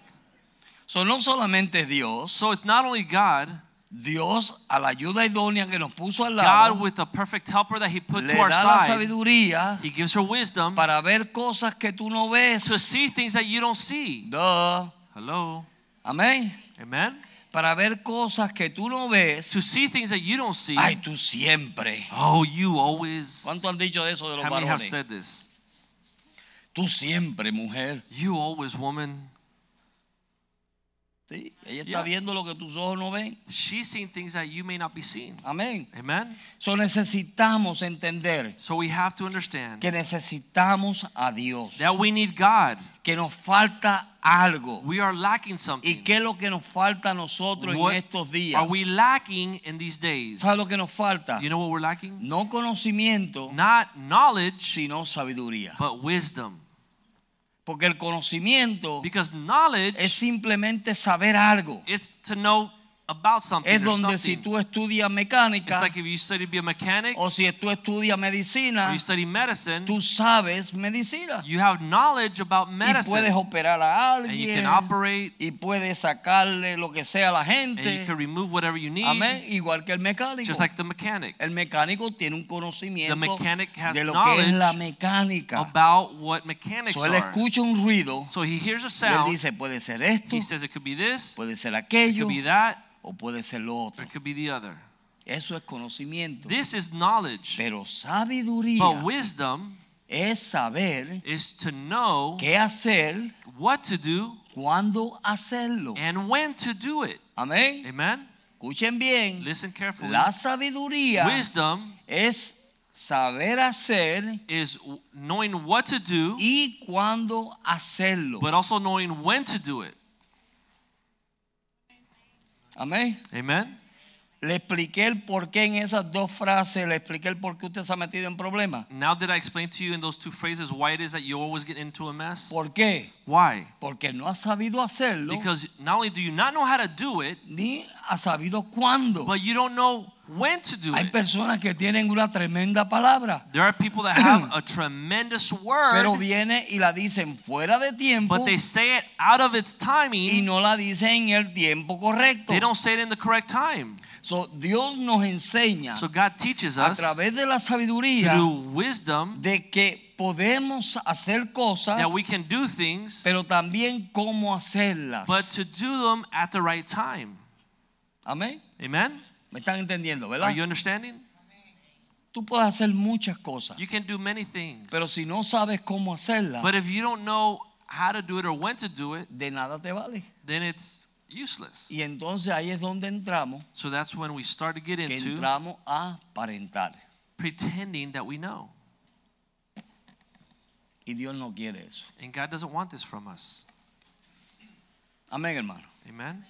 Speaker 1: So, no solamente es Dios,
Speaker 2: So it's not only God,
Speaker 1: Dios a la ayuda idónea que nos puso al
Speaker 2: God
Speaker 1: lado,
Speaker 2: with the perfect helper that He put
Speaker 1: le
Speaker 2: to our
Speaker 1: da la
Speaker 2: side.
Speaker 1: sabiduría
Speaker 2: He gives her wisdom
Speaker 1: para ver cosas que tú no
Speaker 2: to
Speaker 1: ves.
Speaker 2: see things that you don't see.
Speaker 1: Duh.
Speaker 2: Hello.
Speaker 1: Amén.
Speaker 2: Amen.
Speaker 1: Para ver cosas que tú no ves.
Speaker 2: To see things that you don't see.
Speaker 1: Ay, tú siempre.
Speaker 2: Oh, you always.
Speaker 1: ¿Cuánto han dicho de eso de los
Speaker 2: How many have
Speaker 1: varones?
Speaker 2: said this?
Speaker 1: Tú siempre, mujer.
Speaker 2: You always, woman.
Speaker 1: Sí, ella está
Speaker 2: Yes.
Speaker 1: viendo lo que tus ojos no ven.
Speaker 2: She's seeing things that you may not be seeing.
Speaker 1: Amén.
Speaker 2: Amen.
Speaker 1: So necesitamos entender
Speaker 2: So we have to understand
Speaker 1: que necesitamos a Dios,
Speaker 2: that we need God.
Speaker 1: que nos falta algo.
Speaker 2: We are lacking
Speaker 1: ¿Y
Speaker 2: something.
Speaker 1: qué es lo que nos falta a nosotros
Speaker 2: What
Speaker 1: en estos días?
Speaker 2: Are we lacking in these days?
Speaker 1: ¿Sabes lo que nos falta?
Speaker 2: You know what we're lacking?
Speaker 1: No conocimiento,
Speaker 2: Not knowledge,
Speaker 1: sino sabiduría.
Speaker 2: but wisdom.
Speaker 1: Porque el conocimiento
Speaker 2: Because knowledge
Speaker 1: es simplemente saber algo.
Speaker 2: it's to know about something.
Speaker 1: Es
Speaker 2: or
Speaker 1: donde si
Speaker 2: something.
Speaker 1: tú estudias
Speaker 2: it's
Speaker 1: mecánica
Speaker 2: like if you study to be a mechanic
Speaker 1: o si tú estudias
Speaker 2: or
Speaker 1: medicina,
Speaker 2: you study medicine,
Speaker 1: tú sabes medicina.
Speaker 2: you have knowledge about
Speaker 1: Y
Speaker 2: medicine.
Speaker 1: puedes operar a
Speaker 2: and you can
Speaker 1: alguien
Speaker 2: operate
Speaker 1: y puedes sacarle lo que sea a la
Speaker 2: and you
Speaker 1: gente.
Speaker 2: can remove whatever you need.
Speaker 1: Amén. Igual que el mecánico.
Speaker 2: Just like the mechanic.
Speaker 1: El mecánico tiene un conocimiento
Speaker 2: The mechanic has
Speaker 1: de lo que es la
Speaker 2: knowledge
Speaker 1: mecánica.
Speaker 2: About what mechanics
Speaker 1: So, él
Speaker 2: are.
Speaker 1: escucha un ruido
Speaker 2: So he hears a
Speaker 1: y él
Speaker 2: sound.
Speaker 1: dice puede ser esto,
Speaker 2: he says it could be this,
Speaker 1: puede ser
Speaker 2: it
Speaker 1: aquello
Speaker 2: could be that,
Speaker 1: o puede ser lo
Speaker 2: or
Speaker 1: otro.
Speaker 2: it could be the other.
Speaker 1: Eso es conocimiento.
Speaker 2: This is knowledge.
Speaker 1: Pero sabiduría
Speaker 2: But wisdom
Speaker 1: es saber
Speaker 2: is to know
Speaker 1: qué hacer,
Speaker 2: what to do
Speaker 1: cuándo hacerlo.
Speaker 2: and when to do it.
Speaker 1: Amén.
Speaker 2: Amen?
Speaker 1: Escuchen bien.
Speaker 2: Listen carefully.
Speaker 1: La sabiduría
Speaker 2: Wisdom
Speaker 1: es saber hacer
Speaker 2: is w- knowing what to do,
Speaker 1: y cuándo hacerlo.
Speaker 2: but also knowing when to do it.
Speaker 1: Amén.
Speaker 2: Amen?
Speaker 1: Le expliqué el porqué en esas dos frases, le expliqué el por qué usted se ha metido en problemas.
Speaker 2: Now that I explained to you in those two phrases why it is that you always get into a mess,
Speaker 1: ¿Por qué?
Speaker 2: why?
Speaker 1: Porque no ha sabido hacerlo
Speaker 2: Because not only do you not know how to do it,
Speaker 1: ni ha sabido cuándo.
Speaker 2: but you don't know when to do
Speaker 1: Hay
Speaker 2: it.
Speaker 1: personas que tienen una tremenda palabra,
Speaker 2: There are people that have a tremendous
Speaker 1: pero
Speaker 2: word,
Speaker 1: viene y la dicen fuera de tiempo
Speaker 2: but they say it out of its
Speaker 1: y
Speaker 2: timing.
Speaker 1: no la dicen en el tiempo correcto.
Speaker 2: They don't say it in the correct time.
Speaker 1: So, Dios nos enseña
Speaker 2: So God teaches
Speaker 1: a
Speaker 2: us
Speaker 1: través de la sabiduría
Speaker 2: through wisdom
Speaker 1: de que podemos hacer cosas,
Speaker 2: that we can do things,
Speaker 1: pero también cómo hacerlas.
Speaker 2: but to do them at the right time.
Speaker 1: Amén.
Speaker 2: Amen?
Speaker 1: Me están entendiendo,
Speaker 2: Are
Speaker 1: ¿verdad?
Speaker 2: you understanding?
Speaker 1: Tú puedes hacer muchas cosas,
Speaker 2: You can do many things.
Speaker 1: pero si no sabes cómo hacerlas,
Speaker 2: But if you don't know how to do it or when to do it,
Speaker 1: de nada te vale.
Speaker 2: then it's useless.
Speaker 1: Y entonces ahí es donde entramos,
Speaker 2: So that's when we start to get
Speaker 1: que
Speaker 2: into
Speaker 1: entramos a aparentar.
Speaker 2: pretending that we know.
Speaker 1: Y Dios no quiere eso.
Speaker 2: And God doesn't want this from us.
Speaker 1: Amén, hermano.
Speaker 2: Amen?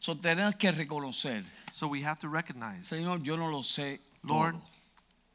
Speaker 1: So, tenemos que reconocer,
Speaker 2: So we have to recognize
Speaker 1: Señor, yo no lo sé.
Speaker 2: Lord,
Speaker 1: todo.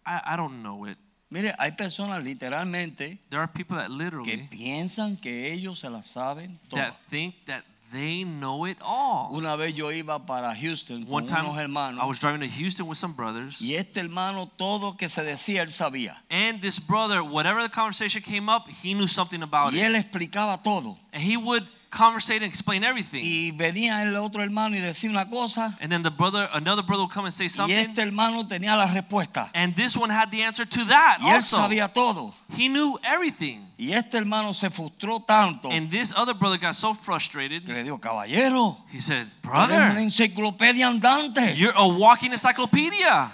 Speaker 2: I, I don't know it.
Speaker 1: Mire, hay personas literalmente
Speaker 2: There are people that
Speaker 1: que
Speaker 2: literally
Speaker 1: piensan que ellos se la saben todas.
Speaker 2: that think that they know it all.
Speaker 1: Una vez yo iba para Houston con
Speaker 2: One time
Speaker 1: unos
Speaker 2: I
Speaker 1: hermanos
Speaker 2: was driving to Houston with some brothers
Speaker 1: y este hermano todo que se decía él sabía
Speaker 2: and this brother, whatever the conversation came up, he knew something about
Speaker 1: y
Speaker 2: it.
Speaker 1: él explicaba todo
Speaker 2: And he would conversate and explain everything.
Speaker 1: y venía el otro hermano y decía una cosa
Speaker 2: And then the brother, another brother would come and say
Speaker 1: y
Speaker 2: something.
Speaker 1: este hermano tenía la respuesta
Speaker 2: And this one had the answer to that
Speaker 1: y él
Speaker 2: also.
Speaker 1: sabía todo
Speaker 2: He knew everything.
Speaker 1: y este hermano se frustró tanto que
Speaker 2: And this other brother got so frustrated.
Speaker 1: le digo caballero
Speaker 2: He said,
Speaker 1: eres una
Speaker 2: Brother,
Speaker 1: enciclopedia andante
Speaker 2: you're a walking encyclopedia.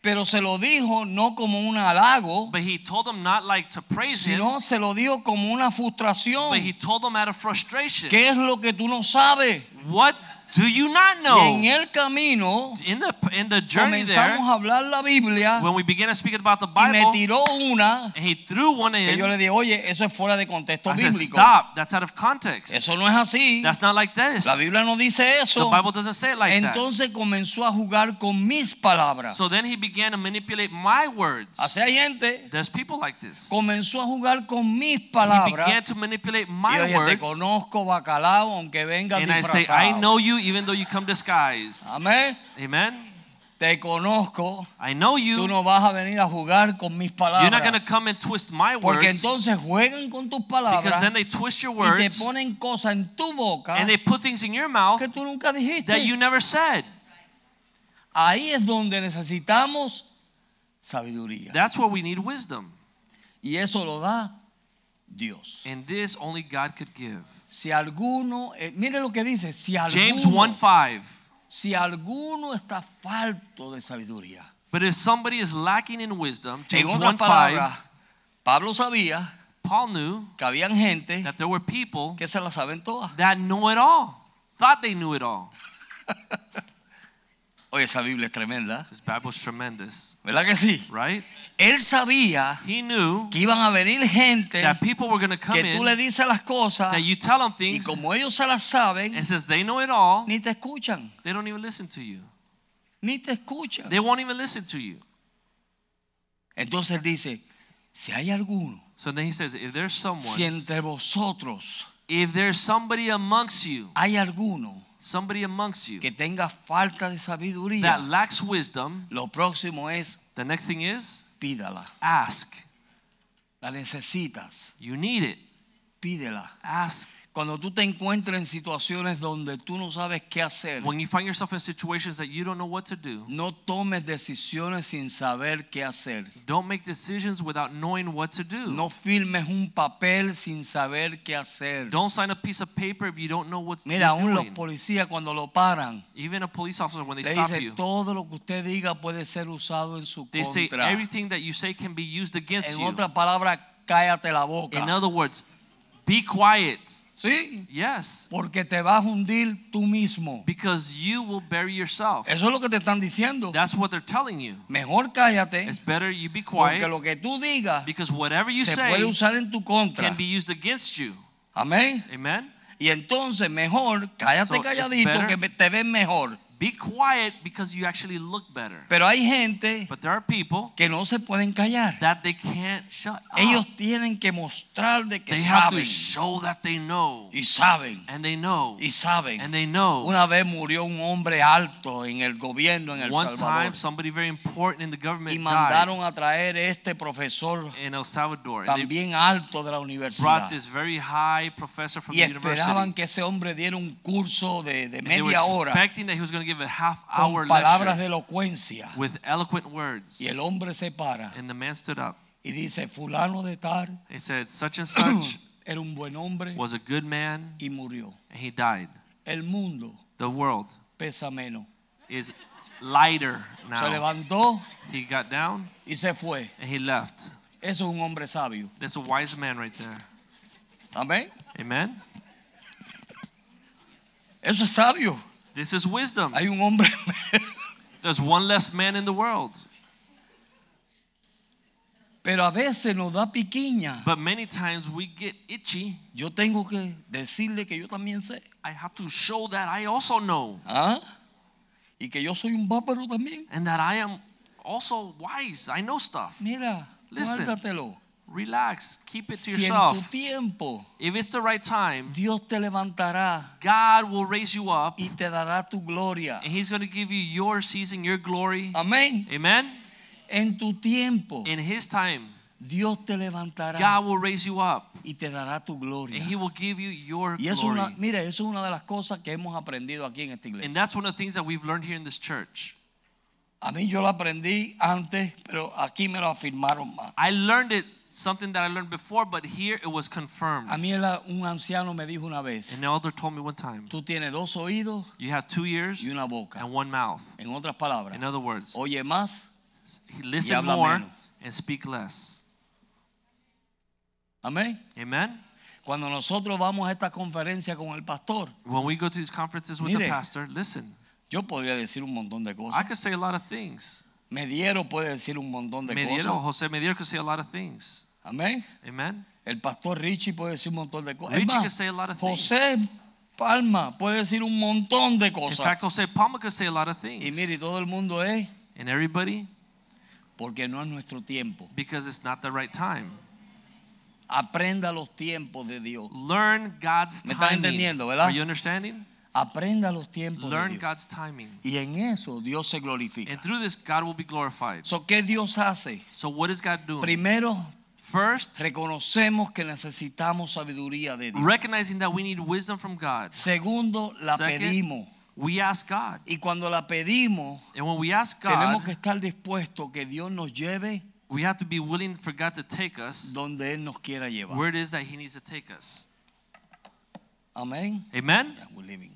Speaker 1: pero se lo dijo no como un halago
Speaker 2: But he told them not like to praise him,
Speaker 1: sino se lo dijo como una
Speaker 2: but
Speaker 1: frustración
Speaker 2: he told them out of frustration.
Speaker 1: ¿qué es lo que tú no sabes?
Speaker 2: What do you not
Speaker 1: y en
Speaker 2: know?
Speaker 1: el camino
Speaker 2: In the in the journey there,
Speaker 1: comenzamos a hablar la Biblia
Speaker 2: when we began to speak about the
Speaker 1: y me
Speaker 2: Bible,
Speaker 1: tiró una
Speaker 2: and he threw one
Speaker 1: que yo
Speaker 2: in,
Speaker 1: le dije, oye, eso es fuera de contexto
Speaker 2: I said,
Speaker 1: bíblico.
Speaker 2: Stop, that's out of context.
Speaker 1: Eso no es así.
Speaker 2: That's not like this.
Speaker 1: La Biblia no dice
Speaker 2: The
Speaker 1: eso.
Speaker 2: Bible doesn't say it like that.
Speaker 1: Entonces comenzó a jugar con mis palabras.
Speaker 2: So then he began to manipulate my words.
Speaker 1: Así hay gente.
Speaker 2: There's people like this.
Speaker 1: Comenzó a jugar con mis
Speaker 2: He began
Speaker 1: palabras.
Speaker 2: to manipulate
Speaker 1: Y yo
Speaker 2: my
Speaker 1: dije, te
Speaker 2: words.
Speaker 1: conozco bacalao aunque venga
Speaker 2: And I say, I
Speaker 1: disfrazado.
Speaker 2: know you even though you come disguised.
Speaker 1: Amén.
Speaker 2: Amen.
Speaker 1: Te conozco.
Speaker 2: I know you.
Speaker 1: Tú no vas a venir a jugar con mis
Speaker 2: You're not going
Speaker 1: palabras.
Speaker 2: to come and twist my
Speaker 1: Porque
Speaker 2: words.
Speaker 1: entonces juegan con tus
Speaker 2: Because
Speaker 1: palabras
Speaker 2: then they twist your
Speaker 1: y te
Speaker 2: words
Speaker 1: ponen cosas en tu boca
Speaker 2: and they put things in your mouth
Speaker 1: que tú nunca dijiste.
Speaker 2: that you never said.
Speaker 1: Ahí es donde necesitamos sabiduría.
Speaker 2: That's where we need wisdom.
Speaker 1: Y eso lo da Dios.
Speaker 2: And this only God could give.
Speaker 1: Si alguno, eh, mire lo que dice, si
Speaker 2: James
Speaker 1: alguno,
Speaker 2: 1 5.
Speaker 1: si alguno está falto de sabiduría.
Speaker 2: But if somebody is lacking in wisdom,
Speaker 1: En
Speaker 2: James 1
Speaker 1: otras
Speaker 2: 5,
Speaker 1: palabras, Pablo sabía
Speaker 2: Paul knew
Speaker 1: que habían gente
Speaker 2: that there were people
Speaker 1: que se la saben todas.
Speaker 2: that knew it all, thought they knew it all.
Speaker 1: Oye, esa Biblia es tremenda,
Speaker 2: This Bible's tremendous,
Speaker 1: ¿verdad que sí?
Speaker 2: right?
Speaker 1: Él sabía
Speaker 2: He knew
Speaker 1: que iban a venir gente
Speaker 2: that people were going to come
Speaker 1: que tú le
Speaker 2: in,
Speaker 1: dices las cosas
Speaker 2: that you tell them
Speaker 1: y
Speaker 2: things,
Speaker 1: como ellos se las saben,
Speaker 2: and since they know it all,
Speaker 1: ni te escuchan,
Speaker 2: they don't even listen to you.
Speaker 1: ni te escuchan.
Speaker 2: They won't even listen to you.
Speaker 1: Entonces dice, si hay alguno
Speaker 2: So then he says, if there's
Speaker 1: Si
Speaker 2: someone,
Speaker 1: entre vosotros
Speaker 2: if there's somebody amongst you,
Speaker 1: hay alguno
Speaker 2: somebody amongst you
Speaker 1: que tenga falta de
Speaker 2: that
Speaker 1: sabiduría,
Speaker 2: lacks wisdom,
Speaker 1: lo próximo es
Speaker 2: the next thing is
Speaker 1: pídala.
Speaker 2: ask.
Speaker 1: La necesitas,
Speaker 2: You need it.
Speaker 1: pídela.
Speaker 2: Ask.
Speaker 1: Cuando tú te encuentres en situaciones donde tú no sabes qué hacer,
Speaker 2: When you find yourself in situations that you don't know what to do,
Speaker 1: no tomes decisiones sin saber qué hacer.
Speaker 2: don't make decisions without knowing what to do.
Speaker 1: No firmes un papel sin saber qué hacer.
Speaker 2: Don't sign a piece of paper if you don't know what's
Speaker 1: Mira, aún los
Speaker 2: doing.
Speaker 1: policías cuando lo paran,
Speaker 2: Even a police officer, when they
Speaker 1: le
Speaker 2: stop
Speaker 1: dice
Speaker 2: you,
Speaker 1: todo lo que usted diga puede ser usado en su
Speaker 2: they say
Speaker 1: contra.
Speaker 2: everything that you say can be used against
Speaker 1: En
Speaker 2: you.
Speaker 1: otras palabras, cállate la boca.
Speaker 2: In other words, be quiet.
Speaker 1: sí,
Speaker 2: Yes,
Speaker 1: porque te vas a hundir tú mismo.
Speaker 2: because you will bury yourself.
Speaker 1: Eso es lo que te están diciendo.
Speaker 2: That's what they're telling you.
Speaker 1: Mejor cállate,
Speaker 2: It's better you be quiet
Speaker 1: porque lo que tú digas
Speaker 2: because whatever you
Speaker 1: se puede
Speaker 2: say
Speaker 1: usar en tu contra.
Speaker 2: can be used against you.
Speaker 1: Amén.
Speaker 2: Amen.
Speaker 1: Y entonces mejor cállate
Speaker 2: So it's
Speaker 1: calladito
Speaker 2: better-
Speaker 1: que te ves mejor.
Speaker 2: Be quiet because you actually look better.
Speaker 1: Pero hay gente
Speaker 2: But there are people
Speaker 1: que no se pueden callar.
Speaker 2: that they can't shut up.
Speaker 1: Ellos tienen que mostrar de que
Speaker 2: Ah. They have to
Speaker 1: saben
Speaker 2: show that they know.
Speaker 1: y saben
Speaker 2: And they know.
Speaker 1: y saben.
Speaker 2: And they know.
Speaker 1: Una vez murió un hombre alto en el gobierno en El
Speaker 2: One
Speaker 1: Salvador
Speaker 2: time, somebody very important in the
Speaker 1: y
Speaker 2: government died
Speaker 1: mandaron a traer este profesor
Speaker 2: in El Salvador. And they
Speaker 1: también alto de la
Speaker 2: brought
Speaker 1: universidad
Speaker 2: this very high professor from
Speaker 1: y
Speaker 2: the university.
Speaker 1: esperaban que ese hombre diera un curso de, de
Speaker 2: And they were
Speaker 1: media hora
Speaker 2: expecting that he was going to give a half hour
Speaker 1: con palabras
Speaker 2: lecture
Speaker 1: de elocuencia
Speaker 2: with eloquent words.
Speaker 1: y el hombre se para
Speaker 2: And the man stood up.
Speaker 1: y dice fulano de tal
Speaker 2: He said, Such and such
Speaker 1: era un buen hombre
Speaker 2: was a good man
Speaker 1: y murió.
Speaker 2: and he died.
Speaker 1: El mundo
Speaker 2: The world
Speaker 1: pesa menos.
Speaker 2: is lighter
Speaker 1: Se
Speaker 2: now.
Speaker 1: levantó
Speaker 2: He got down
Speaker 1: y se fue.
Speaker 2: and he left.
Speaker 1: Eso es un hombre sabio.
Speaker 2: That's a wise man right there.
Speaker 1: Amén.
Speaker 2: Amen.
Speaker 1: Eso es sabio.
Speaker 2: This is wisdom.
Speaker 1: Hay un hombre.
Speaker 2: There's one less man in the world.
Speaker 1: Pero a veces nos da piquiña.
Speaker 2: But many times we get itchy.
Speaker 1: Yo tengo que decirle que yo también sé.
Speaker 2: I have to show that I also know
Speaker 1: ¿Ah? Y que yo soy un bárbaro también.
Speaker 2: and that I am also wise. I know stuff.
Speaker 1: Mira,
Speaker 2: Listen.
Speaker 1: guárdatelo.
Speaker 2: Relax. Keep it to
Speaker 1: Si en tu
Speaker 2: yourself.
Speaker 1: tiempo
Speaker 2: If it's the right time,
Speaker 1: Dios te levantará
Speaker 2: God will raise you up
Speaker 1: y te dará tu gloria.
Speaker 2: and He's going to give you your season, your glory.
Speaker 1: Amén.
Speaker 2: Amen.
Speaker 1: En tu tiempo
Speaker 2: In His time,
Speaker 1: Dios te levantará
Speaker 2: God will raise you up
Speaker 1: y te dará tu
Speaker 2: and
Speaker 1: gloria.
Speaker 2: He will give you your
Speaker 1: Y eso es una,
Speaker 2: glory.
Speaker 1: mira, eso es una de las cosas que hemos aprendido aquí en esta
Speaker 2: And
Speaker 1: iglesia.
Speaker 2: that's one of the things that we've learned here in this church.
Speaker 1: A mí yo lo aprendí antes, pero aquí me lo afirmaron más.
Speaker 2: I learned it, something that I learned before, but here it was confirmed.
Speaker 1: A mí el- un anciano me dijo una vez,
Speaker 2: An elder told me one time,
Speaker 1: tú tienes dos oídos
Speaker 2: you have two ears
Speaker 1: y una boca.
Speaker 2: and one mouth.
Speaker 1: En otras palabras,
Speaker 2: In other words,
Speaker 1: oye más,
Speaker 2: listen
Speaker 1: habla
Speaker 2: more
Speaker 1: Oh. menos.
Speaker 2: and speak less.
Speaker 1: amén.
Speaker 2: Amen?
Speaker 1: Cuando nosotros vamos a esta conferencia con el pastor,
Speaker 2: When we go to these conferences with the
Speaker 1: Mire.
Speaker 2: pastor, listen.
Speaker 1: yo podría decir un montón de
Speaker 2: I
Speaker 1: cosas.
Speaker 2: could say a lot of things.
Speaker 1: Mediero puede decir un montón de
Speaker 2: Mediero,
Speaker 1: cosas.
Speaker 2: Jose Mediero could say a lot of things.
Speaker 1: Amén.
Speaker 2: Amen?
Speaker 1: El pastor Richie puede decir un montón de cosas. Es
Speaker 2: Richie
Speaker 1: más,
Speaker 2: can say a lot of things.
Speaker 1: José Palma puede decir un montón de
Speaker 2: In
Speaker 1: cosas.
Speaker 2: fact, Jose Palma could say a lot of
Speaker 1: Y
Speaker 2: things.
Speaker 1: mire, y todo el mundo es
Speaker 2: And everybody,
Speaker 1: porque no es nuestro tiempo.
Speaker 2: because it's not the right time.
Speaker 1: Aprenda los tiempos de Dios.
Speaker 2: Learn God's
Speaker 1: Me están
Speaker 2: timing.
Speaker 1: entendiendo, ¿verdad?
Speaker 2: Are you understanding?
Speaker 1: Aprenda los tiempos de
Speaker 2: Learn
Speaker 1: Dios.
Speaker 2: God's timing.
Speaker 1: Y en eso Dios se glorifica.
Speaker 2: And through this, God will be glorified.
Speaker 1: So, ¿Qué Dios hace?
Speaker 2: So, what is God doing?
Speaker 1: Primero,
Speaker 2: First,
Speaker 1: reconocemos que necesitamos sabiduría de Dios.
Speaker 2: recognizing that we need wisdom from God.
Speaker 1: Segundo, la
Speaker 2: Second.
Speaker 1: pedimos.
Speaker 2: We ask God.
Speaker 1: Y cuando la pedimos,
Speaker 2: And when we ask
Speaker 1: tenemos
Speaker 2: God,
Speaker 1: que estar dispuestos que Dios nos lleve
Speaker 2: we have to be willing for God to take us
Speaker 1: donde Él nos quiera llevar.
Speaker 2: where it is that He needs to take us.
Speaker 1: Amén.
Speaker 2: Amen?
Speaker 1: Yeah, we're leaving.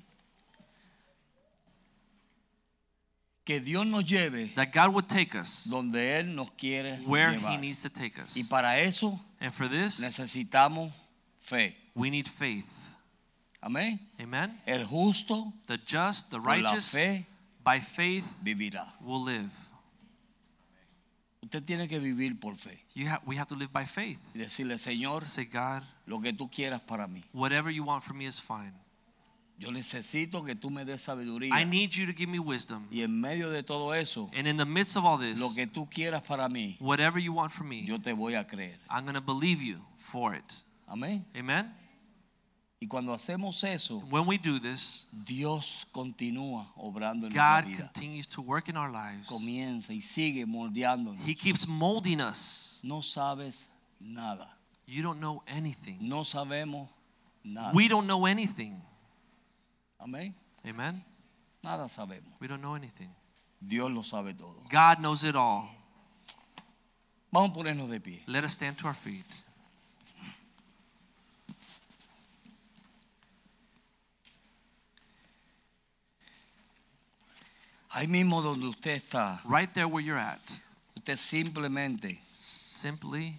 Speaker 1: Que Dios nos lleve
Speaker 2: That God would take us
Speaker 1: donde Él nos quiere
Speaker 2: where He
Speaker 1: llevar.
Speaker 2: needs to take
Speaker 1: Y
Speaker 2: us.
Speaker 1: para eso
Speaker 2: And for this,
Speaker 1: necesitamos fe.
Speaker 2: we need faith.
Speaker 1: Amén.
Speaker 2: Amen?
Speaker 1: El justo
Speaker 2: The just, the
Speaker 1: por la
Speaker 2: righteous,
Speaker 1: fe
Speaker 2: by faith
Speaker 1: vivirá.
Speaker 2: will live.
Speaker 1: Usted tiene que vivir por fe
Speaker 2: You ha- we have to live by faith.
Speaker 1: y decirle, Señor,
Speaker 2: Say, God,
Speaker 1: lo que tú quieras para mí.
Speaker 2: whatever you want from me is fine.
Speaker 1: Yo necesito que tú me des sabiduría.
Speaker 2: I need you to give me wisdom.
Speaker 1: Y en medio de todo eso,
Speaker 2: And in the midst of all
Speaker 1: lo
Speaker 2: this,
Speaker 1: que tú quieras para mí,
Speaker 2: whatever you want from me,
Speaker 1: yo te voy a creer.
Speaker 2: I'm going to believe you for it.
Speaker 1: Amén.
Speaker 2: Amen?
Speaker 1: Y cuando hacemos eso,
Speaker 2: When we do this,
Speaker 1: Dios continúa obrando en
Speaker 2: God
Speaker 1: nuestra vida.
Speaker 2: continues to work in our lives.
Speaker 1: Comienza y sigue moldeándonos.
Speaker 2: He keeps molding us.
Speaker 1: No sabes nada.
Speaker 2: You don't know anything.
Speaker 1: No sabemos nada.
Speaker 2: We don't know anything.
Speaker 1: Amén.
Speaker 2: Amen?
Speaker 1: Nada sabemos.
Speaker 2: We don't know anything.
Speaker 1: Dios lo sabe todo.
Speaker 2: God knows it all.
Speaker 1: Vamos a ponernos de pie.
Speaker 2: Let us stand to our feet.
Speaker 1: Ahí mismo donde usted está,
Speaker 2: Right there where you're at.
Speaker 1: usted simplemente,
Speaker 2: Simply,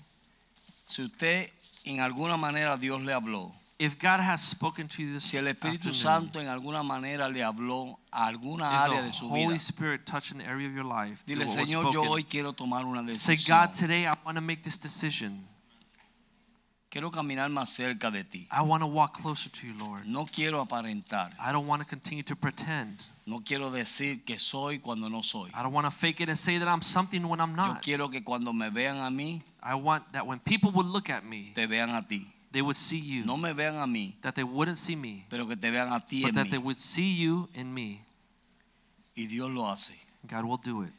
Speaker 1: si usted en alguna manera Dios le habló,
Speaker 2: if God has spoken to you this
Speaker 1: si el Espíritu
Speaker 2: afternoon,
Speaker 1: Santo en alguna manera le habló a alguna
Speaker 2: if the
Speaker 1: área de su vida,
Speaker 2: Holy Spirit touch an area of your life, through
Speaker 1: dile
Speaker 2: what was
Speaker 1: Señor, yo
Speaker 2: spoken,
Speaker 1: hoy quiero tomar una
Speaker 2: say, God,
Speaker 1: decisión.
Speaker 2: today I want to make this decision.
Speaker 1: Quiero caminar más cerca de ti.
Speaker 2: I want to walk closer to you, Lord.
Speaker 1: No quiero aparentar.
Speaker 2: I don't want to continue to pretend.
Speaker 1: No quiero decir que soy cuando no soy.
Speaker 2: I don't want to fake it and say that I'm something when I'm
Speaker 1: Yo
Speaker 2: not.
Speaker 1: quiero que cuando me vean a mí,
Speaker 2: I want that when people would look at me,
Speaker 1: te vean a ti.
Speaker 2: they would see you.
Speaker 1: No me vean a mí,
Speaker 2: That they wouldn't see me,
Speaker 1: pero que te vean a ti
Speaker 2: but
Speaker 1: en
Speaker 2: that they
Speaker 1: mí.
Speaker 2: would see you in me.
Speaker 1: Y Dios lo hace.
Speaker 2: God will do it.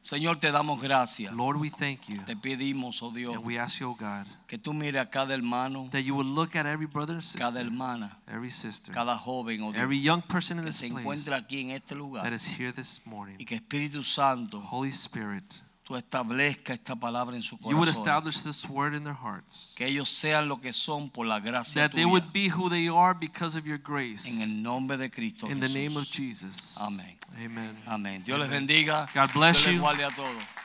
Speaker 1: Señor, te damos gracias.
Speaker 2: Lord, we thank you.
Speaker 1: Te pedimos, oh Dios,
Speaker 2: And we ask you, oh God,
Speaker 1: que tú mires a cada hermano,
Speaker 2: that you would look at every brother and
Speaker 1: cada
Speaker 2: sister,
Speaker 1: hermana,
Speaker 2: every sister,
Speaker 1: cada joven, oh Dios,
Speaker 2: every young person in
Speaker 1: que
Speaker 2: this
Speaker 1: se
Speaker 2: place
Speaker 1: encuentra aquí en este lugar.
Speaker 2: that is here this
Speaker 1: Y
Speaker 2: morning.
Speaker 1: que Espíritu Santo,
Speaker 2: Holy Spirit,
Speaker 1: tú establezca esta palabra en su
Speaker 2: you
Speaker 1: corazón.
Speaker 2: would establish this word in their hearts.
Speaker 1: Que ellos sean lo que son por la gracia
Speaker 2: That they
Speaker 1: tuya.
Speaker 2: would be who they are because of your
Speaker 1: En
Speaker 2: grace.
Speaker 1: el nombre de Cristo
Speaker 2: In the name of
Speaker 1: Jesús.
Speaker 2: Jesus.
Speaker 1: Amén.
Speaker 2: Amen.
Speaker 1: Amén. Dios les bendiga.
Speaker 2: God bless
Speaker 1: Dios les
Speaker 2: you.
Speaker 1: guarde a todos.